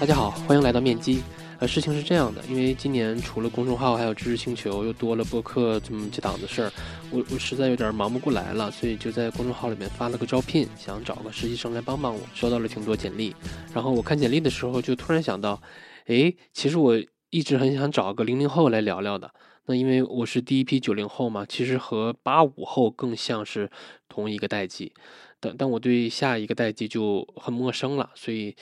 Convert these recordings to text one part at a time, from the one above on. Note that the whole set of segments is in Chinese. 大家好，欢迎来到面基。呃，事情是这样的，因为今年除了公众号还有知识星球，又多了播客这么几档子事儿，我我实在有点忙不过来了，所以就在公众号里面发了个招聘，想找个实习生来帮帮我。收到了挺多简历，然后我看简历的时候就突然想到，诶，其实我一直很想找个零零后来聊聊的。那因为我是第一批九零后嘛，其实和八五后更像是同一个代际，但但我对下一个代际就很陌生了，所以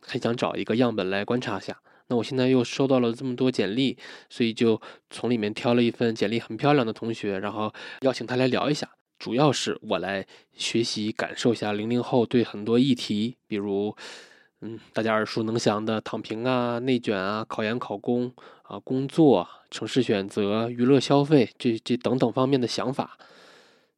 很想找一个样本来观察下。那我现在又收到了这么多简历，所以就从里面挑了一份简历很漂亮的同学，然后邀请他来聊一下。主要是我来学习感受一下零零后对很多议题，比如，嗯，大家耳熟能详的躺平啊、内卷啊、考研考公啊、工作、城市选择、娱乐消费这这等等方面的想法。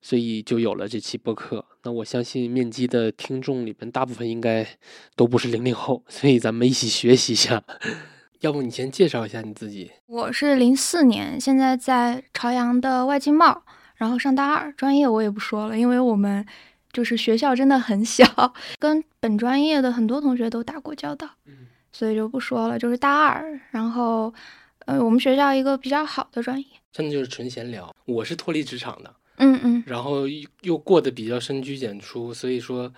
所以就有了这期播客。那我相信面基的听众里边大部分应该都不是零零后，所以咱们一起学习一下。 要不你先介绍一下你自己？我是零四年，现在在朝阳的外经贸，然后上大二，专业我也不说了，因为我们就是学校真的很小，跟本专业的很多同学都打过交道，嗯所以就不说了。就是大二，然后呃，我们学校一个比较好的专业，真的就是纯闲聊。我是脱离职场的，嗯嗯，然后又又过得比较深居简出，所以说，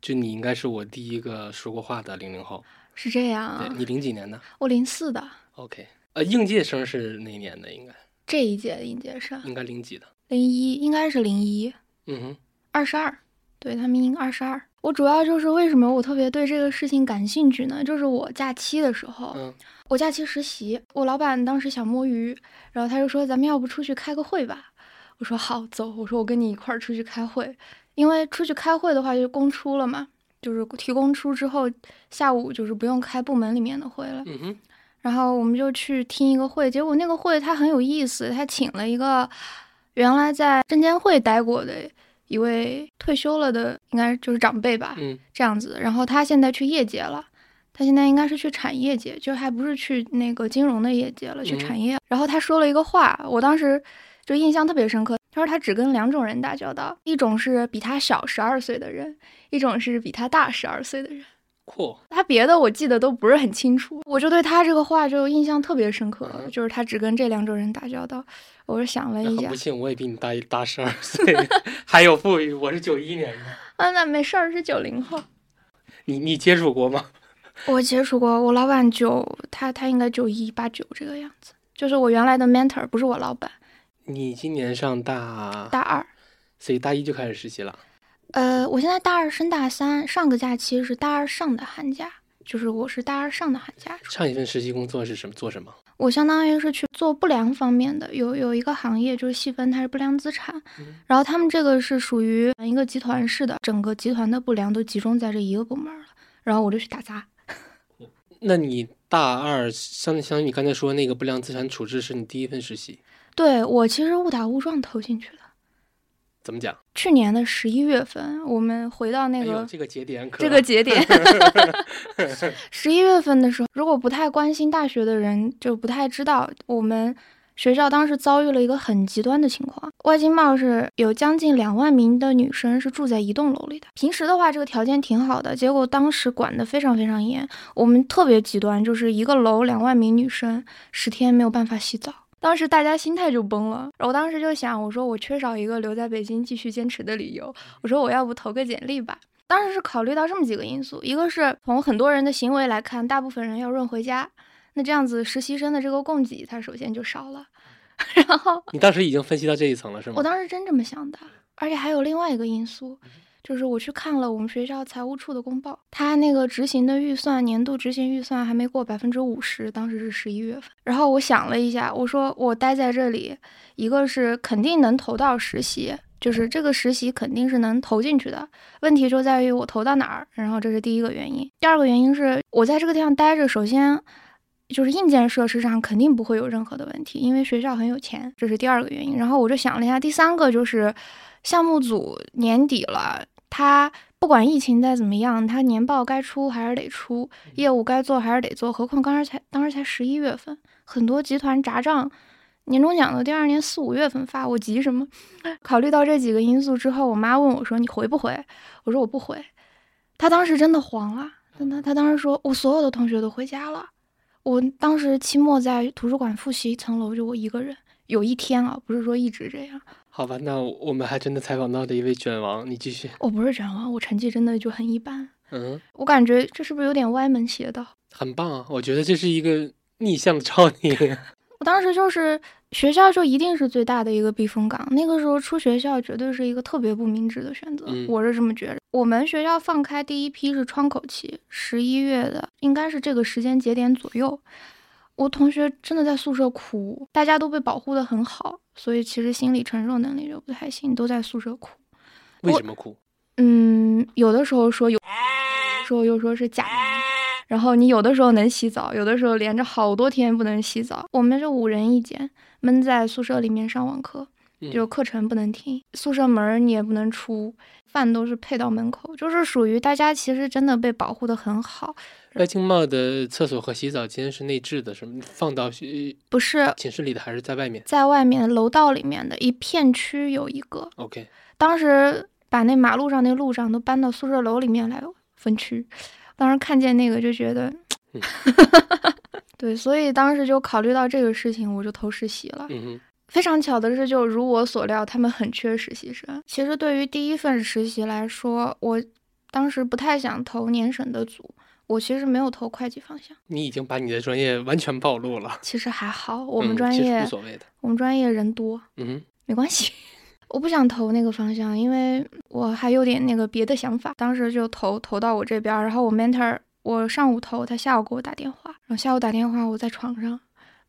就你应该是我第一个说过话的零零后。是这样对啊。你零几年的我零四的？OK，呃，应届生是哪年的？应该这一届的应届生，应该零几的？零一应该是零一，嗯哼，二十二，对他们应二十二。我主要就是为什么我特别对这个事情感兴趣呢？就是我假期的时候，嗯我假期实习，我老板当时想摸鱼，然后他就说咱们要不出去开个会吧？我说好，走。我说我跟你一块儿出去开会，因为出去开会的话就公出了嘛，就是提公出之后，下午就是不用开部门里面的会了。嗯哼，然后我们就去听一个会，结果那个会他很有意思，他请了一个原来在证监会待过的一位退休了的，应该就是长辈吧，嗯这样子。然后他现在去业界了，他现在应该是去产业界，就还不是去那个金融的业界了，去嗯产业。然后他说了一个话，我当时就印象特别深刻。他说他只跟两种人打交道，一种是比他小十二岁的人，一种是比他大十二岁的人。 ，cool，他别的我记得都不是很清楚，我就对他这个话就印象特别深刻，嗯就是他只跟这两种人打交道。我就想了那一很下不，幸，我也比你大一大十二岁， 还有富裕，我是九一年的。啊，那没事儿，是九零后。你你接触过吗？我接触过，我老板九，他他应该九一八九这个样子，就是我原来的 mentor，不是我老板，你今年上大，大二。所以大一就开始实习了。呃，我现在大二升大三，上个假期是大二上的寒假，就是我是大二上的寒假出上一份实习工作是什么？做什么？我相当于是去做不良方面的，有有一个行业就是细分它是不良资产，嗯然后他们这个是属于一个集团式的，整个集团的不良都集中在这一个部门了，然后我就去打杂。那你大二，相相当于你刚才说那个不良资产处置是你第一份实习，对我其实误打误撞投进去的，怎么讲？去年的十一月份，我们回到那哎个、呦，这个节点可这个节点，十一月份的时候，如果不太关心大学的人就不太知道，我们学校当时遭遇了一个很极端的情况。外经贸是有将近两万名的女生是住在一栋楼里的，平时的话这个条件挺好的，结果当时管得非常非常严，我们特别极端，就是一个楼两万名女生，十天没有办法洗澡。当时大家心态就崩了，我当时就想，我说我缺少一个留在北京继续坚持的理由，我说我要不投个简历吧。当时是考虑到这么几个因素，一个是从很多人的行为来看，大部分人要润回家，那这样子实习生的这个供给它首先就少了。然后你当时已经分析到这一层了，是吗？嗯我当时真这么想的，而且还有另外一个因素，就是我去看了我们学校财务处的公报，他那个执行的预算，年度执行预算还没过百分之五十，当时是十一月份。然后我想了一下，我说我待在这里，一个是肯定能投到实习，就是这个实习肯定是能投进去的，问题就在于我投到哪儿，然后这是第一个原因。第二个原因是我在这个地方待着，首先就是硬件设施上肯定不会有任何的问题，因为学校很有钱，这是第二个原因。然后我就想了一下，第三个就是项目组年底了。它不管疫情再怎么样，它年报该出还是得出，业务该做还是得做。何况当时才当时才十一月份，很多集团砸账，年终奖的第二年四五月份发，我急什么？ 考虑到这几个因素之后，我妈问我说：“你回不回？”我说：“我不回。”她当时真的慌了，但她她当时说：“我所有的同学都回家了。”我当时期末在图书馆复习，一层楼就我一个人。有一天啊，不是说一直这样。好吧，那我们还真的采访到了一位卷王，你继续。我哦不是卷王，我成绩真的就很一般。嗯，我感觉这是不是有点歪门邪道？很棒啊，我觉得这是一个逆向超 你。我当时就是学校就一定是最大的一个避风港，那个时候出学校绝对是一个特别不明智的选择，嗯我是这么觉得。我们学校放开第一批是窗口期，十一月的，应该是这个时间节点左右。我同学真的在宿舍哭，大家都被保护的很好，所以其实心理承受能力就不太行，都在宿舍哭。为什么哭？嗯，有的时候说有，有的时候又说是假的，然后你有的时候能洗澡，有的时候连着好多天不能洗澡。我们就五人一间，闷在宿舍里面上网课，嗯就课程不能停，宿舍门儿你也不能出，饭都是配到门口，就是属于大家其实真的被保护的很好。外经贸的厕所和洗澡间是内置的，什么放到学不是啊寝室里的还是在外面在外面楼道里面的一片区有一个， ？OK，当时把那马路上那路障都搬到宿舍楼里面来分区，当时看见那个就觉得，嗯 对，所以当时就考虑到这个事情，我就投实习了。嗯非常巧的是，就如我所料，他们很缺实习生。其实对于第一份实习来说，我当时不太想投年审的组，我其实没有投会计方向哼，。你已经把你的专业完全暴露了。其实还好，我嗯们专其实业、无所谓的。我们专业人多，嗯哼，没关系。 我不想投那个方向，因为我还有点那个别的想法。当时就投投到我这边儿，然后我 mentor 我上午投，他下午给我打电话，然后下午打电话我在床上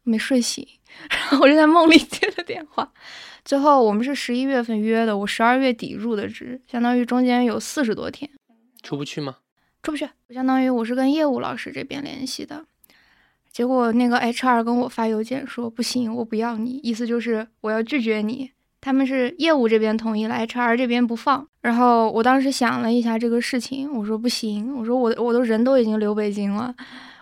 没睡醒， 然后我就在梦里接了电话。最后我们是十一月份约的，我十二月底入的职，相当于中间有四十多天出不去吗？出不去，相当于我是跟业务老师这边联系的。结果那个 HR 跟我发邮件说不行，我不要你，意思就是我要拒绝你。他们是业务这边同意了，HR 这边不放。然后我当时想了一下这个事情，我说不行，我说我我都人都已经留北京了，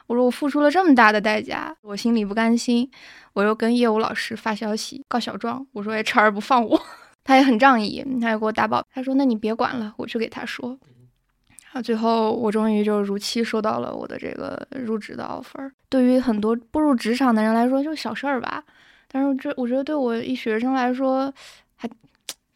我说我付出了这么大的代价，我心里不甘心，我又跟业务老师发消息告小状，我说 HR 不放我， 他也很仗义，他也给我打保，他说那你别管了，我去给他说。啊，最后我终于就如期收到了我的这个入职的 offer。对于很多步入职场的人来说，就是小事儿吧。但是这我觉得对我一学生来说，还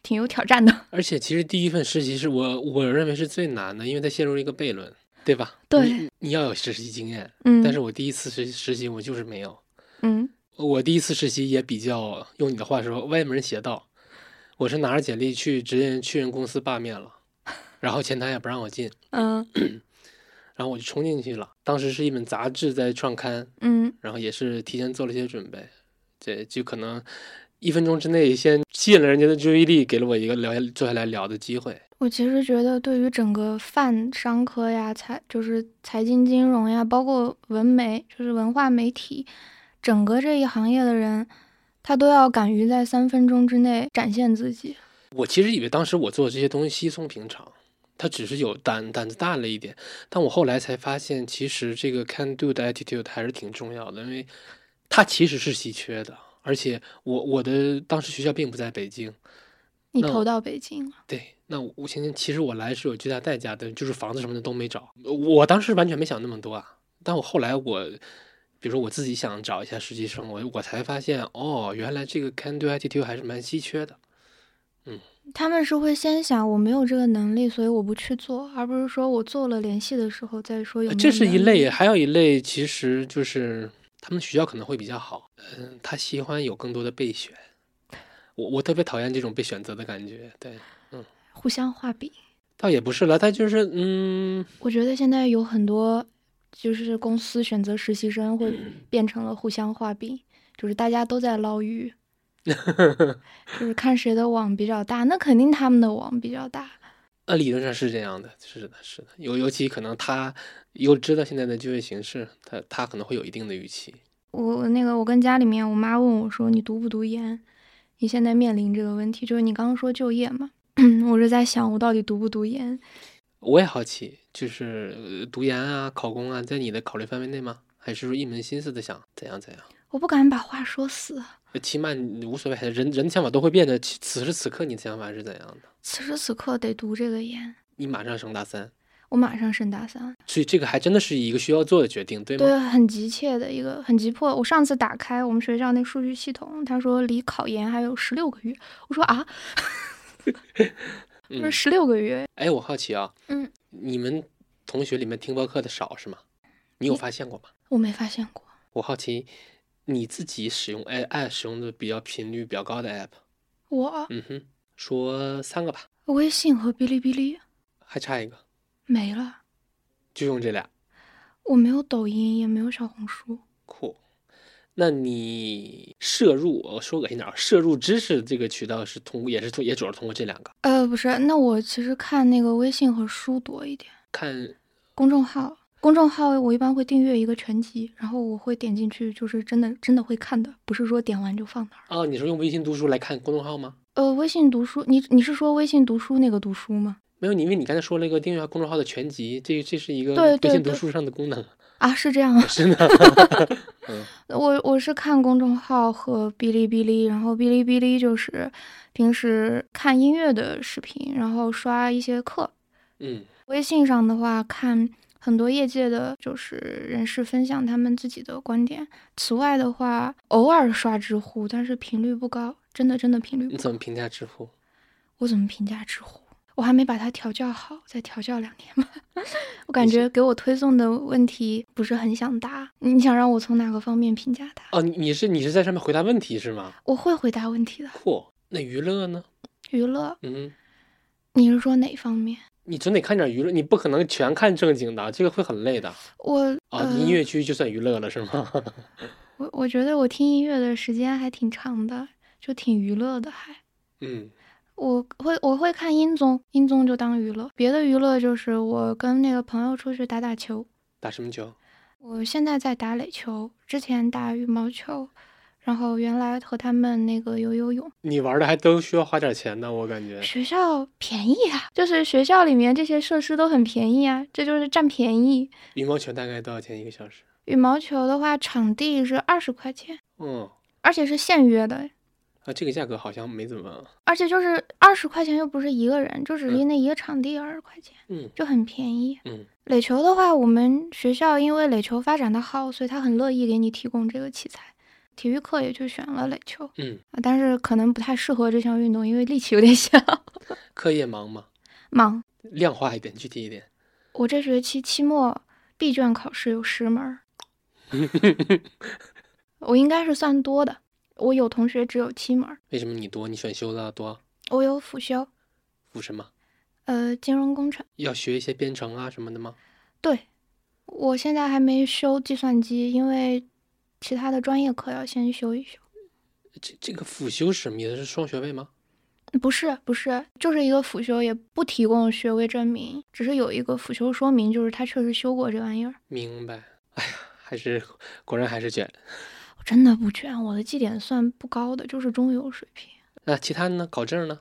挺有挑战的。而且其实第一份实习是我我认为是最难的，因为它陷入了一个悖论，对吧？对你，你要有实习经验，嗯，但是我第一次实实习我就是没有。嗯，我第一次实习也比较用你的话说歪门邪道，我是拿着简历去直接去人公司罢面了，然后前台也不让我进，嗯然后我就冲进去了。当时是一本杂志在创刊，嗯然后也是提前做了一些准备，这就可能一分钟之内先吸引了人家的注意力，给了我一个聊下坐下来聊的机会。我其实觉得，对于整个泛商科呀、财就是财经金融呀，包括文媒，就是文化媒体，整个这一行业的人，他都要敢于在三分钟之内展现自己。我其实以为当时我做的这些东西稀松平常，他只是有胆胆子大了一点。但我后来才发现，其实这个 can do 的 attitude 还是挺重要的，因为它其实是稀缺的。而且我我的当时学校并不在北京，你那投我到北京了，对，那我我前天其实我来是有巨大代价的，就是房子什么的都没找。我当时完全没想那么多啊，但我后来我，比如说我自己想找一下实习生，我我才发现哦，原来这个 can do attitude 还是蛮稀缺的。他们是会先想我没有这个能力，所以我不去做，而不是说我做了联系的时候再说有没呃有这是一能类，力还有一类其实就是他们学校可能会比较好，嗯，他喜欢有更多的备选。我我特别讨厌这种被选择的感觉，对，互相画饼。倒也不是了，他就是嗯，我觉得现在有很多就是公司选择实习生 会变成了互相画饼，就是大家都在捞 鱼，就是看谁的网比较大，那肯定他们的网比较大。呃，理论上是这样的，是的，是的，尤尤其可能他又知道现在的就业形势，他他可能会有一定的预期。我那个我跟家里面我妈问我说你读不读研？你现在面临这个问题，就是你刚刚说就业嘛， 我是在想，我到底读不读研？我也好奇，就是呃读研啊、考公啊，在你的考虑范围内吗？还是说一门心思的想怎样怎样？我不敢把话说死。呃起码你无所谓，人人的想法都会变的。其此时此刻，你的想法是怎样的？此时此刻得读这个研，你马上升大三，我马上升大三，所以这个还真的是一个需要做的决定，对吗？对，啊很急切的一个，很急迫。我上次打开我们学校那数据系统，他说离考研还有十六个月。我说啊，我嗯说，十六个月，哎，我好奇啊，嗯，你们同学里面听播客的少是吗？你有发现过吗？我没发现过。我好奇你自己使用 i i 使用的比较频率比较高的 app，我嗯哼，说三个吧，微信和哔哩哔哩还差一个，没了，就用这俩，我没有抖音，也没有小红书。酷。那你摄入，我说恶心点儿，摄入知识这个渠道是通过，也是通，也主要是通过这两个。呃，不是，那我其实看那个微信和书多一点，看公众号。公众号我一般会订阅一个全集，然后我会点进去，就是真的真的会看的，不是说点完就放那儿。哦，你是用微信读书来看公众号吗？呃，微信读书，你你是说微信读书那个读书吗？没有，你因为你刚才说了一个订阅公众号的全集，这这是一个对对微信读对书上的 功能，啊，是这样啊，真的。 我我是看公众号和哔哩哔哩，然后哔哩哔哩就是平时看音乐的视频，然后刷一些课。 嗯，微信上的话，看很多业界的就是人士分享他们自己的观点。此外的话，偶尔刷知乎，但是频率不高，真的真的频率你不高。怎么评价知乎？我怎么评价知乎？我还没把它调教好，再调教两年吧。 我感你是觉给我推送的问题不是很想答。你想让我从哪个方面评价它？哦，你你是你是在上面回答问题是吗？我会回答问题的。酷。那娱乐呢？娱乐，嗯，你是说哪方面？你总得看点娱乐，你不可能全看正经的，这个会很累的。我哦，呃音乐区就算娱乐了是吗？ 我我觉得我听音乐的时间还挺长的，就挺娱乐的还。嗯，我会我会看音综，音综就当娱乐，别的娱乐就是我跟那个朋友出去打打球。打什么球？我现在在打垒球，之前打羽毛球，然后原来和他们那个游游泳。你玩的还都需要花点钱呢，我感觉。学校便宜啊，就是学校里面这些设施都很便宜啊，这就是占便宜。羽毛球大概多少钱一个小时？羽毛球的话，场地是二十块钱，嗯，而且是现约的，啊，这个价格好像没怎么。而且就是二十块钱又不是一个人，就只是嗯那一个场地二十块钱，嗯就很便宜。啊嗯，垒球的话，我们学校因为垒球发展的好，所以他很乐意给你提供这个器材。体育课也去选了垒球，嗯，啊但是可能不太适合这项运动，因为力气有点小。 课业忙吗？忙，量化一点，具体一点。我这学期期末闭卷考试有十门儿，我应该是算多的。我有同学只有七门儿，为什么你多？你选修的多？我有辅修，辅什么？呃，金融工程。要学一些编程啊什么的吗？对，我现在还没修计算机，因为其他的专业课要先修一修。这这个辅修是什么意思？是双学位吗？不是，不是，就是一个辅修，也不提供学位证明，只是有一个辅修说明，就是他确实修过这玩意儿。明白。哎呀，还是果然还是卷。我真的不卷，我的绩点算不高的，就是中游水平。那其他呢？考证呢？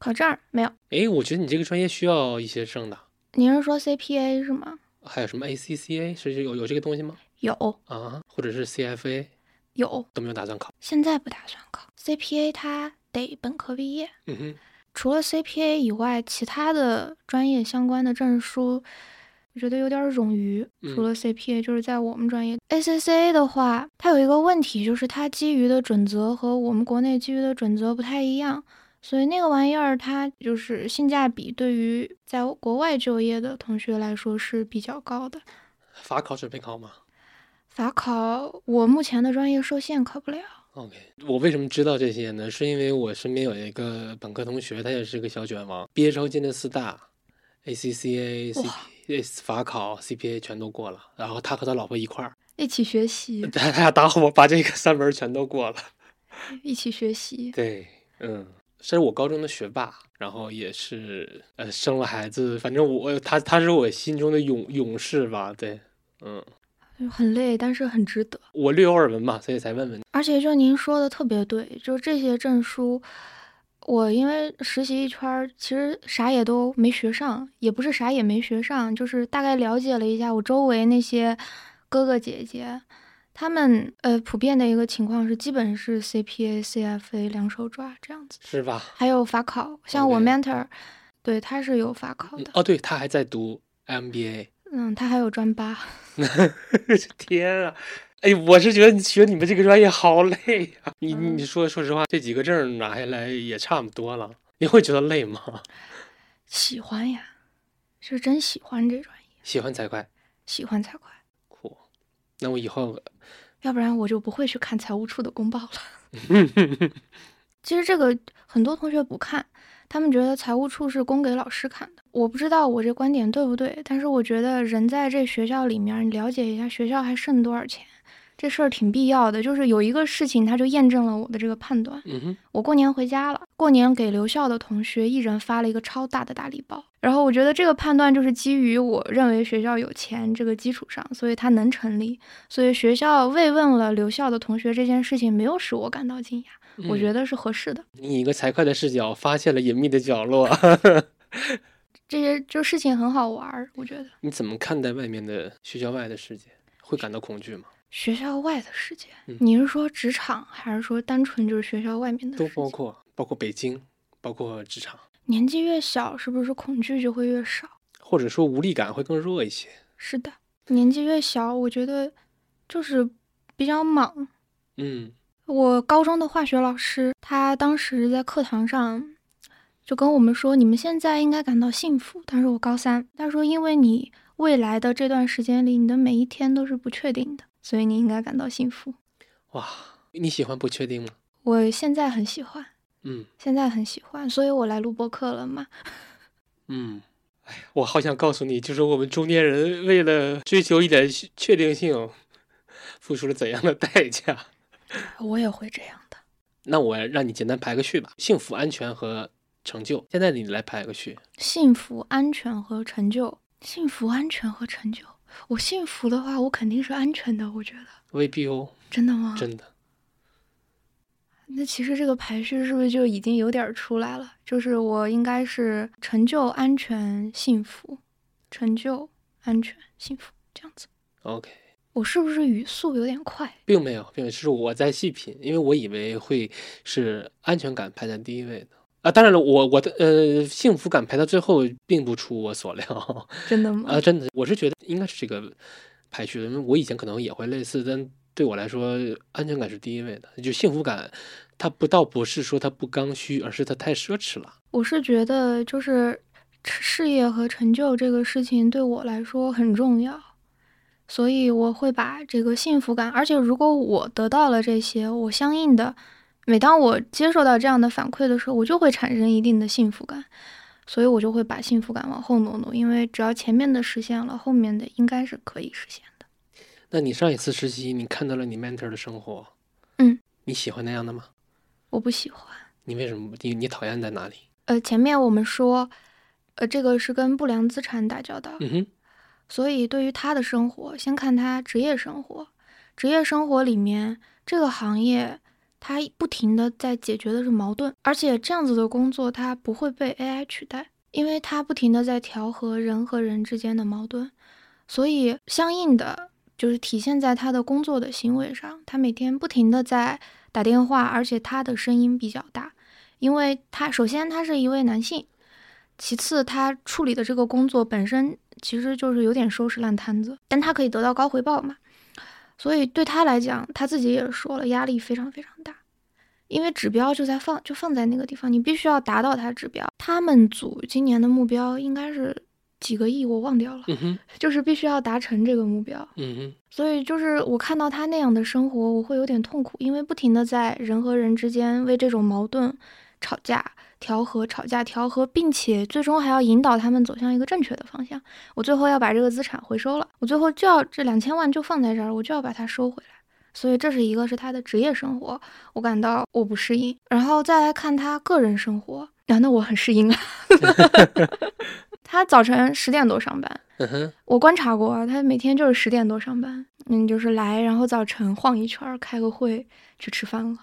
考证儿没有？哎，我觉得你这个专业需要一些证的。你是说 CPA 是吗？还有什么 ACCA 是有有这个东西吗？有啊，或者是 CFA 有，都没有打算考。现在不打算考 CPA，它得本科毕业。嗯哼，除了 CPA 以外，其他的专业相关的证书，我觉得有点儿冗余。除嗯了 CPA，就是在我们专业 ACCA 的话，它有一个问题，就是它基于的准则和我们国内基于的准则不太一样，所以那个玩意儿它就是性价比对于在国外就业的同学来说是比较高的。法考准备考吗法考我目前的专业受限考不了， ？OK，我为什么知道这些呢？是因为我身边有一个本科同学，他也是个小卷王，毕业之后进的四大，ACCA、哇 CPA、法呃考、CPA 全都过了，然后他和他老婆一块儿， 一起学习，他他俩搭伙把这个三门儿全都过了。 一起学习。对，嗯，是我高中的学霸，然后也是呃生了孩子，反正我他他是我心中的勇勇士吧，对，嗯，很累，但是很值得。我略有耳闻嘛，所以才问问你。而且就您说的特别对，就这些证书，我因为实习一圈儿，其实啥也都没学上，也不是啥也没学上，就是大概了解了一下我周围那些哥哥姐姐，他们呃普遍的一个情况是，基本是 CPA、CFA 两手抓这样子，是吧？还有法考，像我 mentor，对他是有法考的，哦，对他还在读 MBA，嗯，他还有专八， 天啊！哎，我是觉得学你们这个专业好累呀、你嗯你说，说实话，这几个证儿拿下来也差不多了。你会觉得累吗？ 喜欢呀，是真喜欢这专业，喜欢财会，喜欢才快，酷。那我以后，要不然我就不会去看财务处的公报了。其实这个很多同学不看，他们觉得财务处是供给老师看的。我不知道我这观点对不对，但是我觉得人在这学校里面，你了解一下学校还剩多少钱，这事儿挺必要的。就是有一个事情，它就验证了我的这个判断。嗯哼，我过年回家了，过年给留校的同学一人发了一个超大的大礼包。然后我觉得这个判断就是基于我认为学校有钱这个基础上，所以它能成立。所以学校慰问了留校的同学这件事情，没有使我感到惊讶，我觉得得是合适的。嗯你以一个财会的视角发现了隐秘的角落。 这些就事情很好玩儿，我觉得你怎么看待外面的学校外的世界？会感到恐惧吗？学校外的世界，嗯你是说职场，还是说单纯就是学校外面的都世界？包括，包括北京，包括职场，年纪越小，是不是恐惧就会越少？或者说无力感会更弱一些。是的，年纪越小，我觉得就是比较莽，嗯，我高中的化学老师，他当时在课堂上就跟我们说：“你们现在应该感到幸福。”但是我高三，他说：“因为你未来的这段时间里，你的每一天都是不确定的，所以你应该感到幸福。哇，你喜欢不确定吗？”我现在很喜欢，嗯现在很喜欢，所以我来录播客了嘛。嗯，哎呀，我好想告诉你，就是我们中年人为了追求一点确定性，付出了怎样的代价。我也会这样的。 那我让你简单排个序吧，幸福、安全和成就。现在你来排个序。幸福、安全和成就，幸福、安全和成就。我幸福的话，我肯定是安全的。我觉得，未必哦，真的吗？真的，那其实这个排序是不是就已经有点儿出来了？就是我应该是成就、安全、幸福，成就、安全、幸福这样子。 OK，我是不是语速有点快？并没有，并没有，是我在细品，因为我以为会是安全感排在第一位的啊。当然了，我我的呃幸福感排到最后，并不出我所料真的吗？啊，真的，我是觉得应该是这个排序的，因为我以前可能也会类似，但对我来说，安全感是第一位的，就幸福感，它不倒不是说它不刚需，而是它太奢侈了。我是觉得就是事事业和成就这个事情对我来说很重要，所以我会把这个幸福感，而且如果我得到了这些，我相应的，每当我接受到这样的反馈的时候，我就会产生一定的幸福感，所以我就会把幸福感往后挪挪，因为只要前面的实现了，后面的应该是可以实现的。那你上一次实习，你看到了你 mentor 的生活，嗯，你喜欢那样的吗？我不喜欢。你为什么不？你你讨厌在哪里？呃，前面我们说，呃，这个是跟不良资产打交道，嗯哼，所以，对于他的生活，先看他职业生活。职业生活里面，这个行业它不停的在解决的是矛盾，而且这样子的工作它不会被 AI 取代，因为它不停的在调和人和人之间的矛盾，所以相应的就是体现在他的工作的行为上。他每天不停的在打电话，而且他的声音比较大，因为他首先他是一位男性，其次，他处理的这个工作本身其实就是有点收拾烂摊子，但他可以得到高回报嘛。所以对他来讲，他自己也说了，压力非常非常大，因为指标就在放就放在那个地方，你必须要达到他指标。他们组今年的目标应该是几个亿，我忘掉了，嗯哼，就是必须要达成这个目标。嗯哼。所以就是我看到他那样的生活，我会有点痛苦，因为不停的在人和人之间为这种矛盾吵架、调和、吵架、调和，并且最终还要引导他们走向一个正确的方向。我最后要把这个资产回收了，我最后就要这两千万就放在这儿，我就要把它收回来。所以这是一个是他的职业生活，我感到我不适应。然后再来看他个人生活，啊，那我很适应啊。 他早晨十点多上班，嗯哼，我观察过啊，他每天就是十点多上班，嗯，就是来，然后早晨晃一圈儿，开个会，去吃饭了，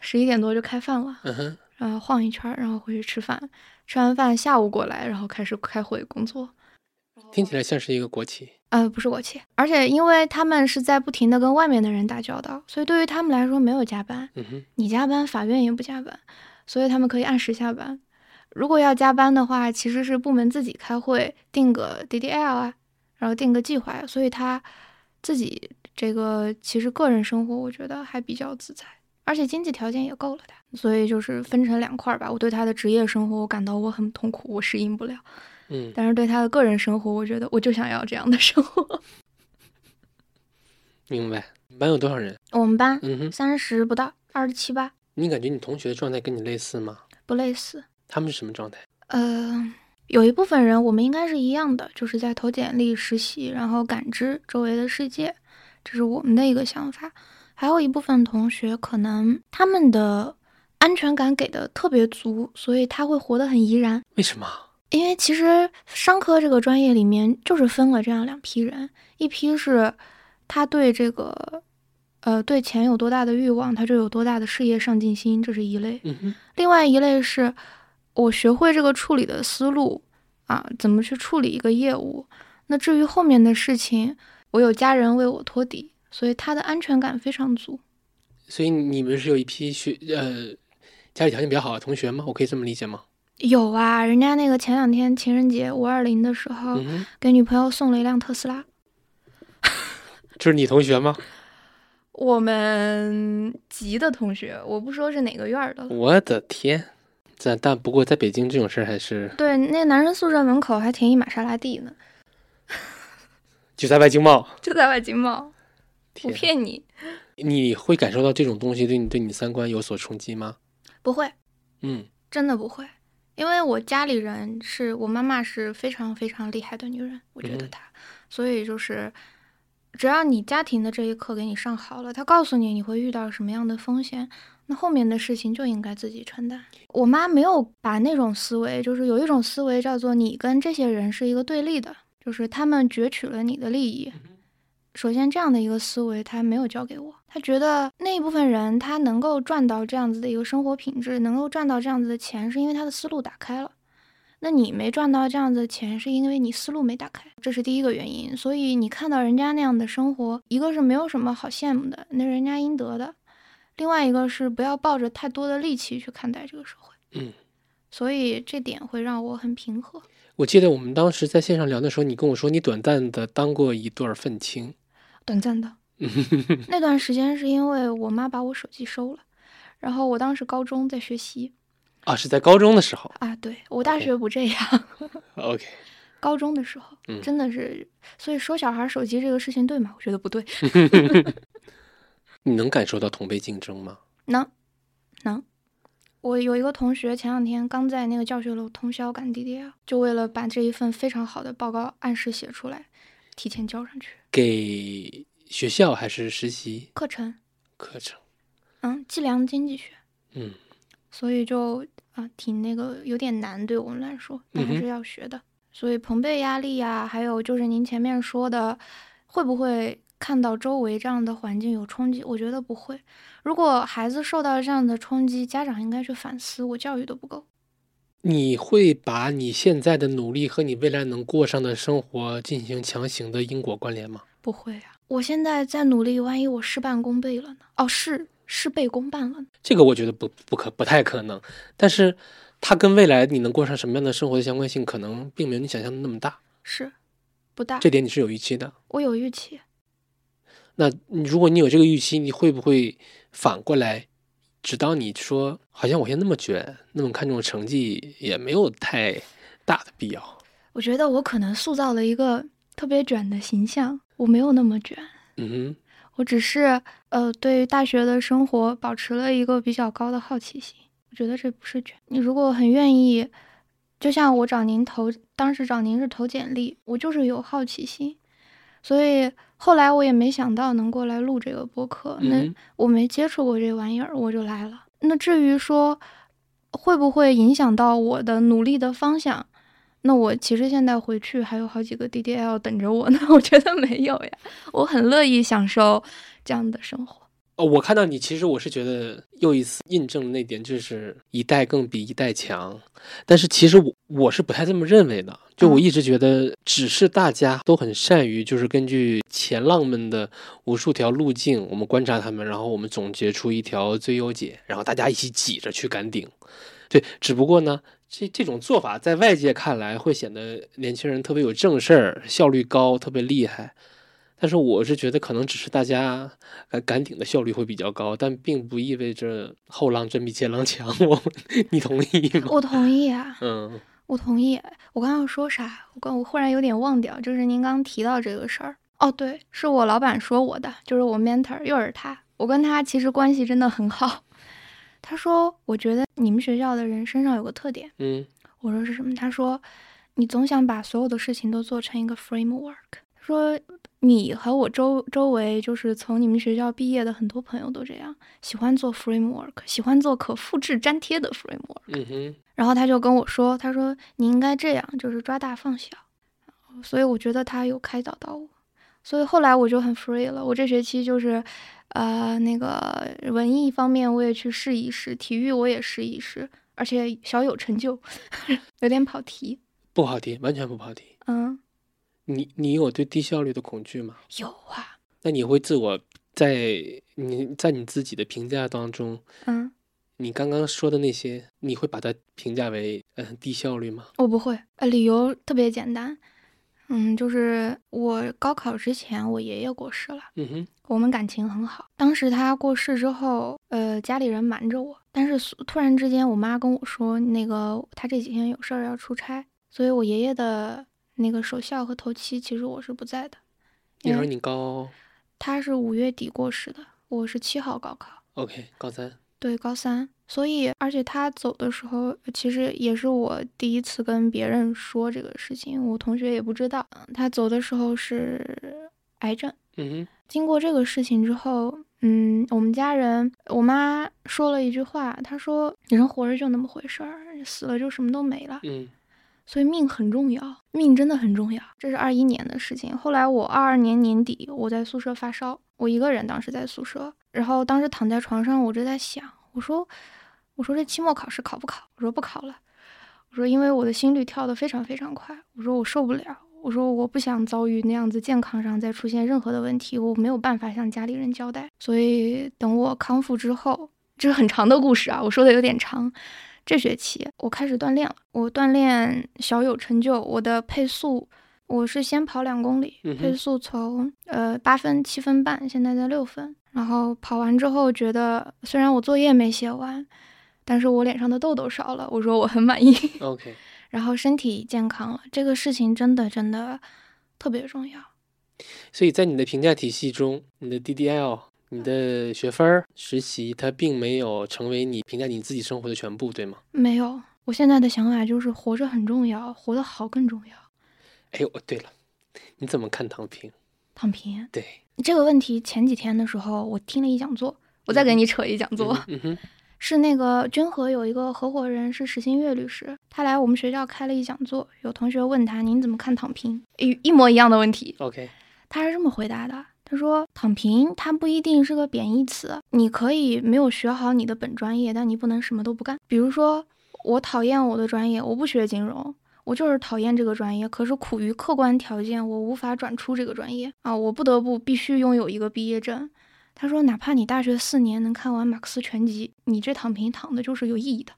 十一点多就开饭了，嗯哼，然后晃一圈，然后回去吃饭，吃完饭下午过来，然后开始开会工作。听起来像是一个国企。呃，不是国企，而且因为他们是在不停的跟外面的人打交道，所以对于他们来说没有加班。嗯哼，你加班，法院也不加班，所以他们可以按时下班。如果要加班的话，其实是部门自己开会定个 DDL 啊，然后定个计划呀，所以他自己这个其实个人生活我觉得还比较自在，而且经济条件也够了他，所以就是分成两块儿吧。我对他的职业生活我感到我很痛苦，我适应不了。嗯，但是对他的个人生活，我觉得我就想要这样的生活。明白。你们班有多少人？我们班嗯哼，三十不到，二十七八，你感觉你同学的状态跟你类似吗？不类似。他们是什么状态？呃，有一部分人我们应该是一样的，就是在投简历、实习，然后感知周围的世界，这是我们的一个想法。还有一部分同学可能他们的安全感给的特别足，所以他会活得很怡然。为什么？因为其实商科这个专业里面就是分了这样两批人，一批是他对这个呃对钱有多大的欲望，他就有多大的事业上进心，这是一类；嗯哼，另外一类是我学会这个处理的思路啊，怎么去处理一个业务。那至于后面的事情，我有家人为我托底，所以他的安全感非常足。所以你们是有一批学呃家里条件比较好的同学吗？我可以这么理解吗？有啊，人家那个前两天情人节五二零的时候，嗯哼，给女朋友送了一辆特斯拉。这是你同学吗？我们级的同学，我不说是哪个院儿的了。我的天！在但不过在北京这种事儿还是对，那男生宿舍门口还停一玛莎拉蒂呢，就在外经贸。就在外经贸。不哦天，啊骗你，你会感受到这种东西对你对你三观有所冲击吗？不会，嗯，真的不会，因为我家里人是我妈妈是非常非常厉害的女人，我觉得嗯她，所以就是，只要你家庭的这一课给你上好了，她告诉你你会遇到什么样的风险，那后面的事情就应该自己承担。我妈没有把那种思维，就是有一种思维叫做你跟这些人是一个对立的，就是他们攫取了你的利益。首先，这样的一个思维，她没有教给我。她觉得那一部分人，他能够赚到这样子的一个生活品质，能够赚到这样子的钱，是因为他的思路打开了。那你没赚到这样子的钱，是因为你思路没打开，这是第一个原因。所以你看到人家那样的生活，一个是没有什么好羡慕的，那人家应得的；另外一个是不要抱着太多的戾气去看待这个社会。嗯，所以这点会让我很平和。我记得我们当时在线上聊的时候，你跟我说你短暂的当过一对儿愤青。短暂的。那段时间是因为我妈把我手机收了，然后我当时高中在学习啊，是在高中的时候。啊，对我大 OK 学不这样 OK，高中的时候嗯真的是，所以收小孩手机这个事情对吗？我觉得不对。你能感受到同辈竞争吗？能，能。我有一个同学前两天刚在那个教学楼通宵赶 DDL，就为了把这一份非常好的报告按时写出来，提前交上去。给学校还是实习课程，课程？嗯，计量经济学，嗯，所以就啊、挺那个有点难，对我们来说，但嗯还哼是要学的。所以朋辈压力呀、还有就是您前面说的，会不会看到周围这样的环境有冲击？我觉得不会。如果孩子受到这样的冲击，家长应该去反思，我教育的不够。你会把你现在的努力和你未来能过上的生活进行强行的因果关联吗？不会啊，我现在在努力，万一我事半功倍了呢？哦，事事倍功半了呢？这个我觉得不不可不太可能，但是它跟未来你能过上什么样的生活的相关性，可能并没有你想象的那么大，是，不大。这点你是有预期的。我有预期，那你如果你有这个预期，你会不会反过来指导你说，好像我现在那么卷，那么看重成绩，也没有太大的必要？我觉得我可能塑造了一个特别卷的形象，我没有那么卷，嗯我只是呃，对于大学的生活保持了一个比较高的好奇心。我觉得这不是卷。你如果很愿意，就像我找您投，当时找您是投简历，我就是有好奇心，所以后来我也没想到能过来录这个播客。哼，那、嗯我没接触过这玩意儿，我就来了。那至于说会不会影响到我的努力的方向，那我其实现在回去还有好几个 DDL 等着我呢，我觉得没有呀，我很乐意享受这样的生活。哼哦，我看到你，其实我是觉得又一次印证了那点，就是一代更比一代强。但是其实我我是不太这么认为的，就我一直觉得，只是大家都很善于，就是根据前浪们的无数条路径，我们观察他们，然后我们总结出一条最优解，然后大家一起挤着去赶顶。对，只不过呢，这这种做法在外界看来会显得年轻人特别有正事儿，效率高，特别厉害。但是我是觉得，可能只是大家呃赶顶的效率会比较高，但并不意味着后浪真比前浪强。我， 你同意吗？我同意啊，嗯，我同意。我刚刚要说啥？我刚我忽然有点忘掉，就是您刚提到这个事儿。哦，对，是我老板说我的，就是我 mentor 又是他。我跟他其实关系真的很好。 他说：“我觉得你们学校的人身上有个特点。”嗯，我说是什么？他说：“你总想把所有的事情都做成一个 framework。”他说。你和我周周围，就是从你们学校毕业的很多朋友都这样，喜欢做 framework，喜欢做可复制粘贴的 framework。嗯哼，然后他就跟我说，他说你应该这样，就是抓大放小。呃所以我觉得他有开导到我，所以后来我就很 free 了。我这学期就是，呃，那个文艺方面我也去试一试，体育我也试一试，而且小有成就。 有点跑题，不跑题，完全不跑题。嗯。你你有对低效率的恐惧吗？有啊。那你会自我在你在你自己的评价当中，嗯，你刚刚说的那些，你会把它评价为嗯、呃、低效率吗？我不会，呃，理由特别简单，嗯，就是我高考之前我爷爷过世了，嗯哼，我们感情很好。当时他过世之后，呃，家里人瞒着我，但是突然之间，我妈跟我说，那个他这几天有事儿要出差，所以我爷爷的。那个首校和头七，其实我是不在的。那时候你高，他是五月底过世的，我是七号高考。 OK，高三。对，高三。所以，而且他走的时候，其实也是我第一次跟别人说这个事情，我同学也不知道。嗯他走的时候是癌症。嗯哼。经过这个事情之后，嗯，我们家人，我妈说了一句话，她说：“人活着就那么回事儿，死了就什么都没了。”嗯。所以命很重要，命真的很重要。这是二一年的事情。后来我二二年年底，我在宿舍发烧，我一个人当时在宿舍，然后当时躺在床上，我就在想，我说，我说这期末考试考不考？我说不考了。我说因为我的心率跳得非常非常快，我说我受不了，我说我不想遭遇那样子健康上再出现任何的问题，我没有办法向家里人交代。所以等我康复之后，这是很长的故事啊，我说的有点长。这学期我开始锻炼了，我锻炼小有成就。我的配速，我是先跑两公里，嗯哼配速从呃八分、七分半，现在在六分。然后跑完之后，觉得虽然我作业没写完，但是我脸上的痘痘少了，我说我很满意。 OK，然后身体健康了，这个事情真的真的特别重要。所以在你的评价体系中，你的 DDL、你的学分儿、实习，它并没有成为你评价你自己生活的全部，对吗？没有，我现在的想法就是活着很重要，活得好更重要。哎呦，对了，你怎么看躺平？躺平对，这个问题，前几天的时候我听了一讲座，我再给你扯一讲座。嗯哼，是那个君和有一个合伙人是史新月律师，他来我们学校开了一讲座，有同学问他您怎么看躺平，一一模一样的问题， OK，他是这么回答的。他说：“躺平，它不一定是个贬义词。你可以没有学好你的本专业，但你不能什么都不干。比如说，我讨厌我的专业，我不学金融，我就是讨厌这个专业。可是苦于客观条件，我无法转出这个专业啊，我不得不必须拥有一个毕业证。”他说：“哪怕你大学四年能看完马克思全集，你这躺平躺的就是有意义的。”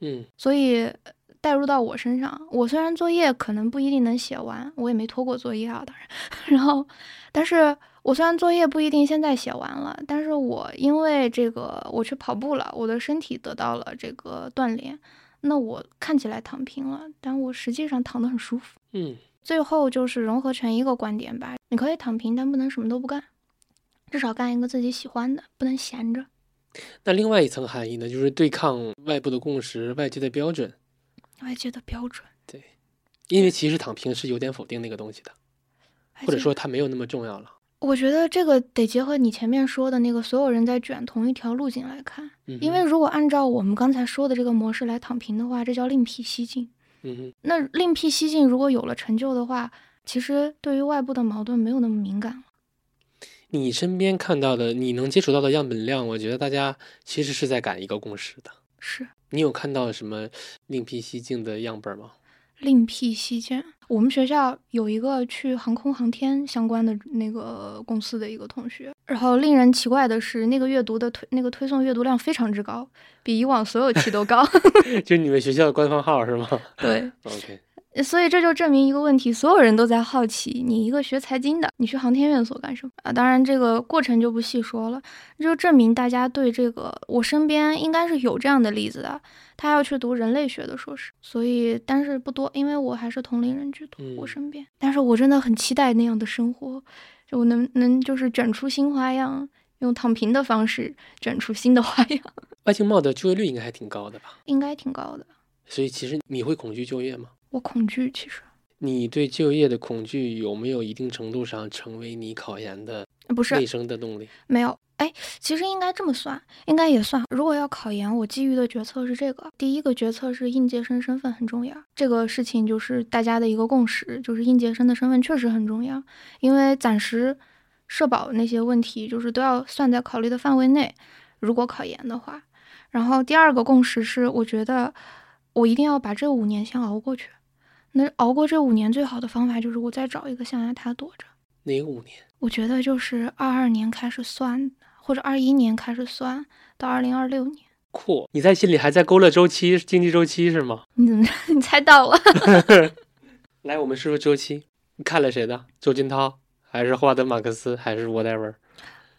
嗯所以呃带入到我身上，我虽然作业可能不一定能写完，我也没拖过作业啊，当然。 然后，但是我虽然作业不一定现在写完了，但是我因为这个我去跑步了，我的身体得到了这个锻炼，那我看起来躺平了，但我实际上躺得很舒服。嗯，最后就是融合成一个观点吧，你可以躺平，但不能什么都不干，至少干一个自己喜欢的，不能闲着。那另外一层含义呢，就是对抗外部的共识、外界的标准，外界的标准，因为其实躺平是有点否定那个东西的，或外者界说它没有那么重要了。我觉得这个得结合你前面说的那个所有人在卷同一条路径来看，嗯哼因为，如果按照我们刚才说的这个模式来躺平的话，这叫另辟蹊径。嗯哼，那另辟蹊径如果有了成就的话，其实对于外部的矛盾没有那么敏感了。你身边看到的，你能接触到的样本量，我觉得大家其实是在赶一个共识的。是你有看到什么另辟蹊径的样本吗？ 另辟蹊径。我们学校有一个去航空航天相关的那个公司的一个同学，然后令人奇怪的是，那个阅读的推那个推送阅读量非常之高，比以往所有期都高。 就你们学校的官方号是吗？对，OK。所以这就证明一个问题，所有人都在好奇，你一个学财经的，你去航天院所干什么啊？当然，这个过程就不细说了，这就证明大家对这个，我身边应该是有这样的例子的，他要去读人类学的硕士，所以但是不多，因为我还是同龄人居多，嗯我身边，但是我真的很期待那样的生活，就我能能就是整出新花样，用躺平的方式整出新的花样， 外经贸的就业率应该还挺高的吧？应该挺高的。所以其实你会恐惧就业吗？我恐惧，其实你对就业的恐惧有没有一定程度上成为你考研的呃不是卫生的动力？没有，哎，其实应该这么算，应该也算。如果要考研，我基于的决策是这个：第一个决策是应届生身份很重要，这个事情就是大家的一个共识，就是应届生的身份确实很重要，因为暂时社保那些问题就是都要算在考虑的范围内。如果考研的话，然后第二个共识是，我觉得我一定要把这五年先熬过去。那熬过这五年最好的方法就是我再找一个象牙塔躲着。哪个五年？我觉得就是二二年开始算，或者二一年开始算，到二零二六年。 阔，你在心里还在勾勒周期、经济周期是吗？你怎么 你猜到了？来，我们说说周期。你看了谁的？周金涛，还是霍华德·马克思，还是 whatever？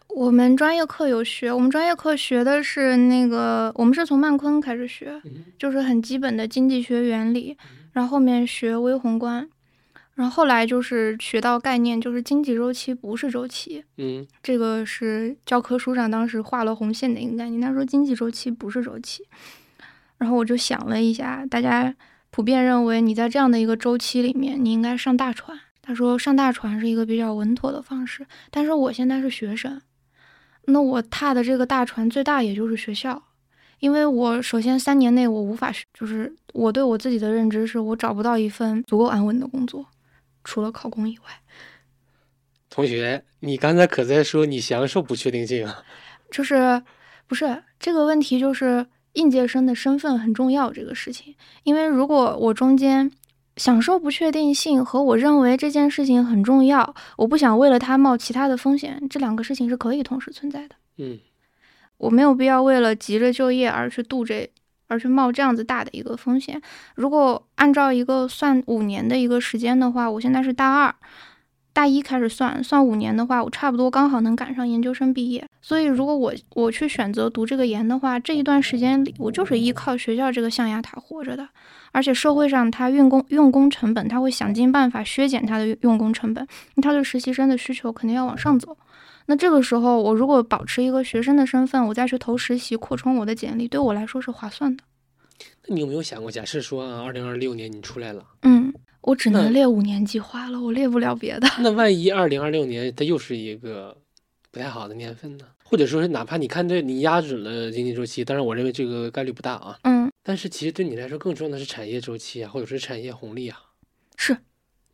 我们专业课有学，我们专业课学的是那个，我们是从曼昆开始学，嗯就是很基本的经济学原理，然后后面学微宏观，然后后来就是学到概念，就是经济周期不是周期，嗯，这个是教科书上当时画了红线的一个概念，他说经济周期不是周期。然后我就想了一下，大家普遍认为你在这样的一个周期里面，你应该上大船。他说上大船是一个比较稳妥的方式，但是我现在是学生，那我踏的这个大船最大也就是学校，因为我首先三年内我无法学，就是我对我自己的认知是我找不到一份足够安稳的工作，除了考公以外。同学，你刚才可在说你享受不确定性啊？就是不是这个问题，就是应届生的身份很重要这个事情。因为如果我中间享受不确定性和我认为这件事情很重要，我不想为了它冒其他的风险，这两个事情是可以同时存在的。嗯，我没有必要为了急着就业而去度这，而去冒这样子大的一个风险。如果按照一个算五年的一个时间的话，我现在是大二，大一开始算，算五年的话，我差不多刚好能赶上研究生毕业。所以如果我我去选择读这个研的话，这一段时间里，我就是依靠学校这个象牙塔活着的。而且社会上它用工用工成本，它会想尽办法削减它的用工成本，它对实习生的需求肯定要往上走。那这个时候，我如果保持一个学生的身份，我再去投实习，扩充我的简历，对我来说是划算的。那你有没有想过，假设说啊，二零二六年你出来了，嗯，我只那能列五年计划了，我列不了别的。那万一二零二六年它又是一个不太好的年份呢？或者说是哪怕你看对你压准了经济周期，当然我认为这个概率不大啊，嗯，但是其实对你来说更重要的是产业周期啊，或者是产业红利啊。是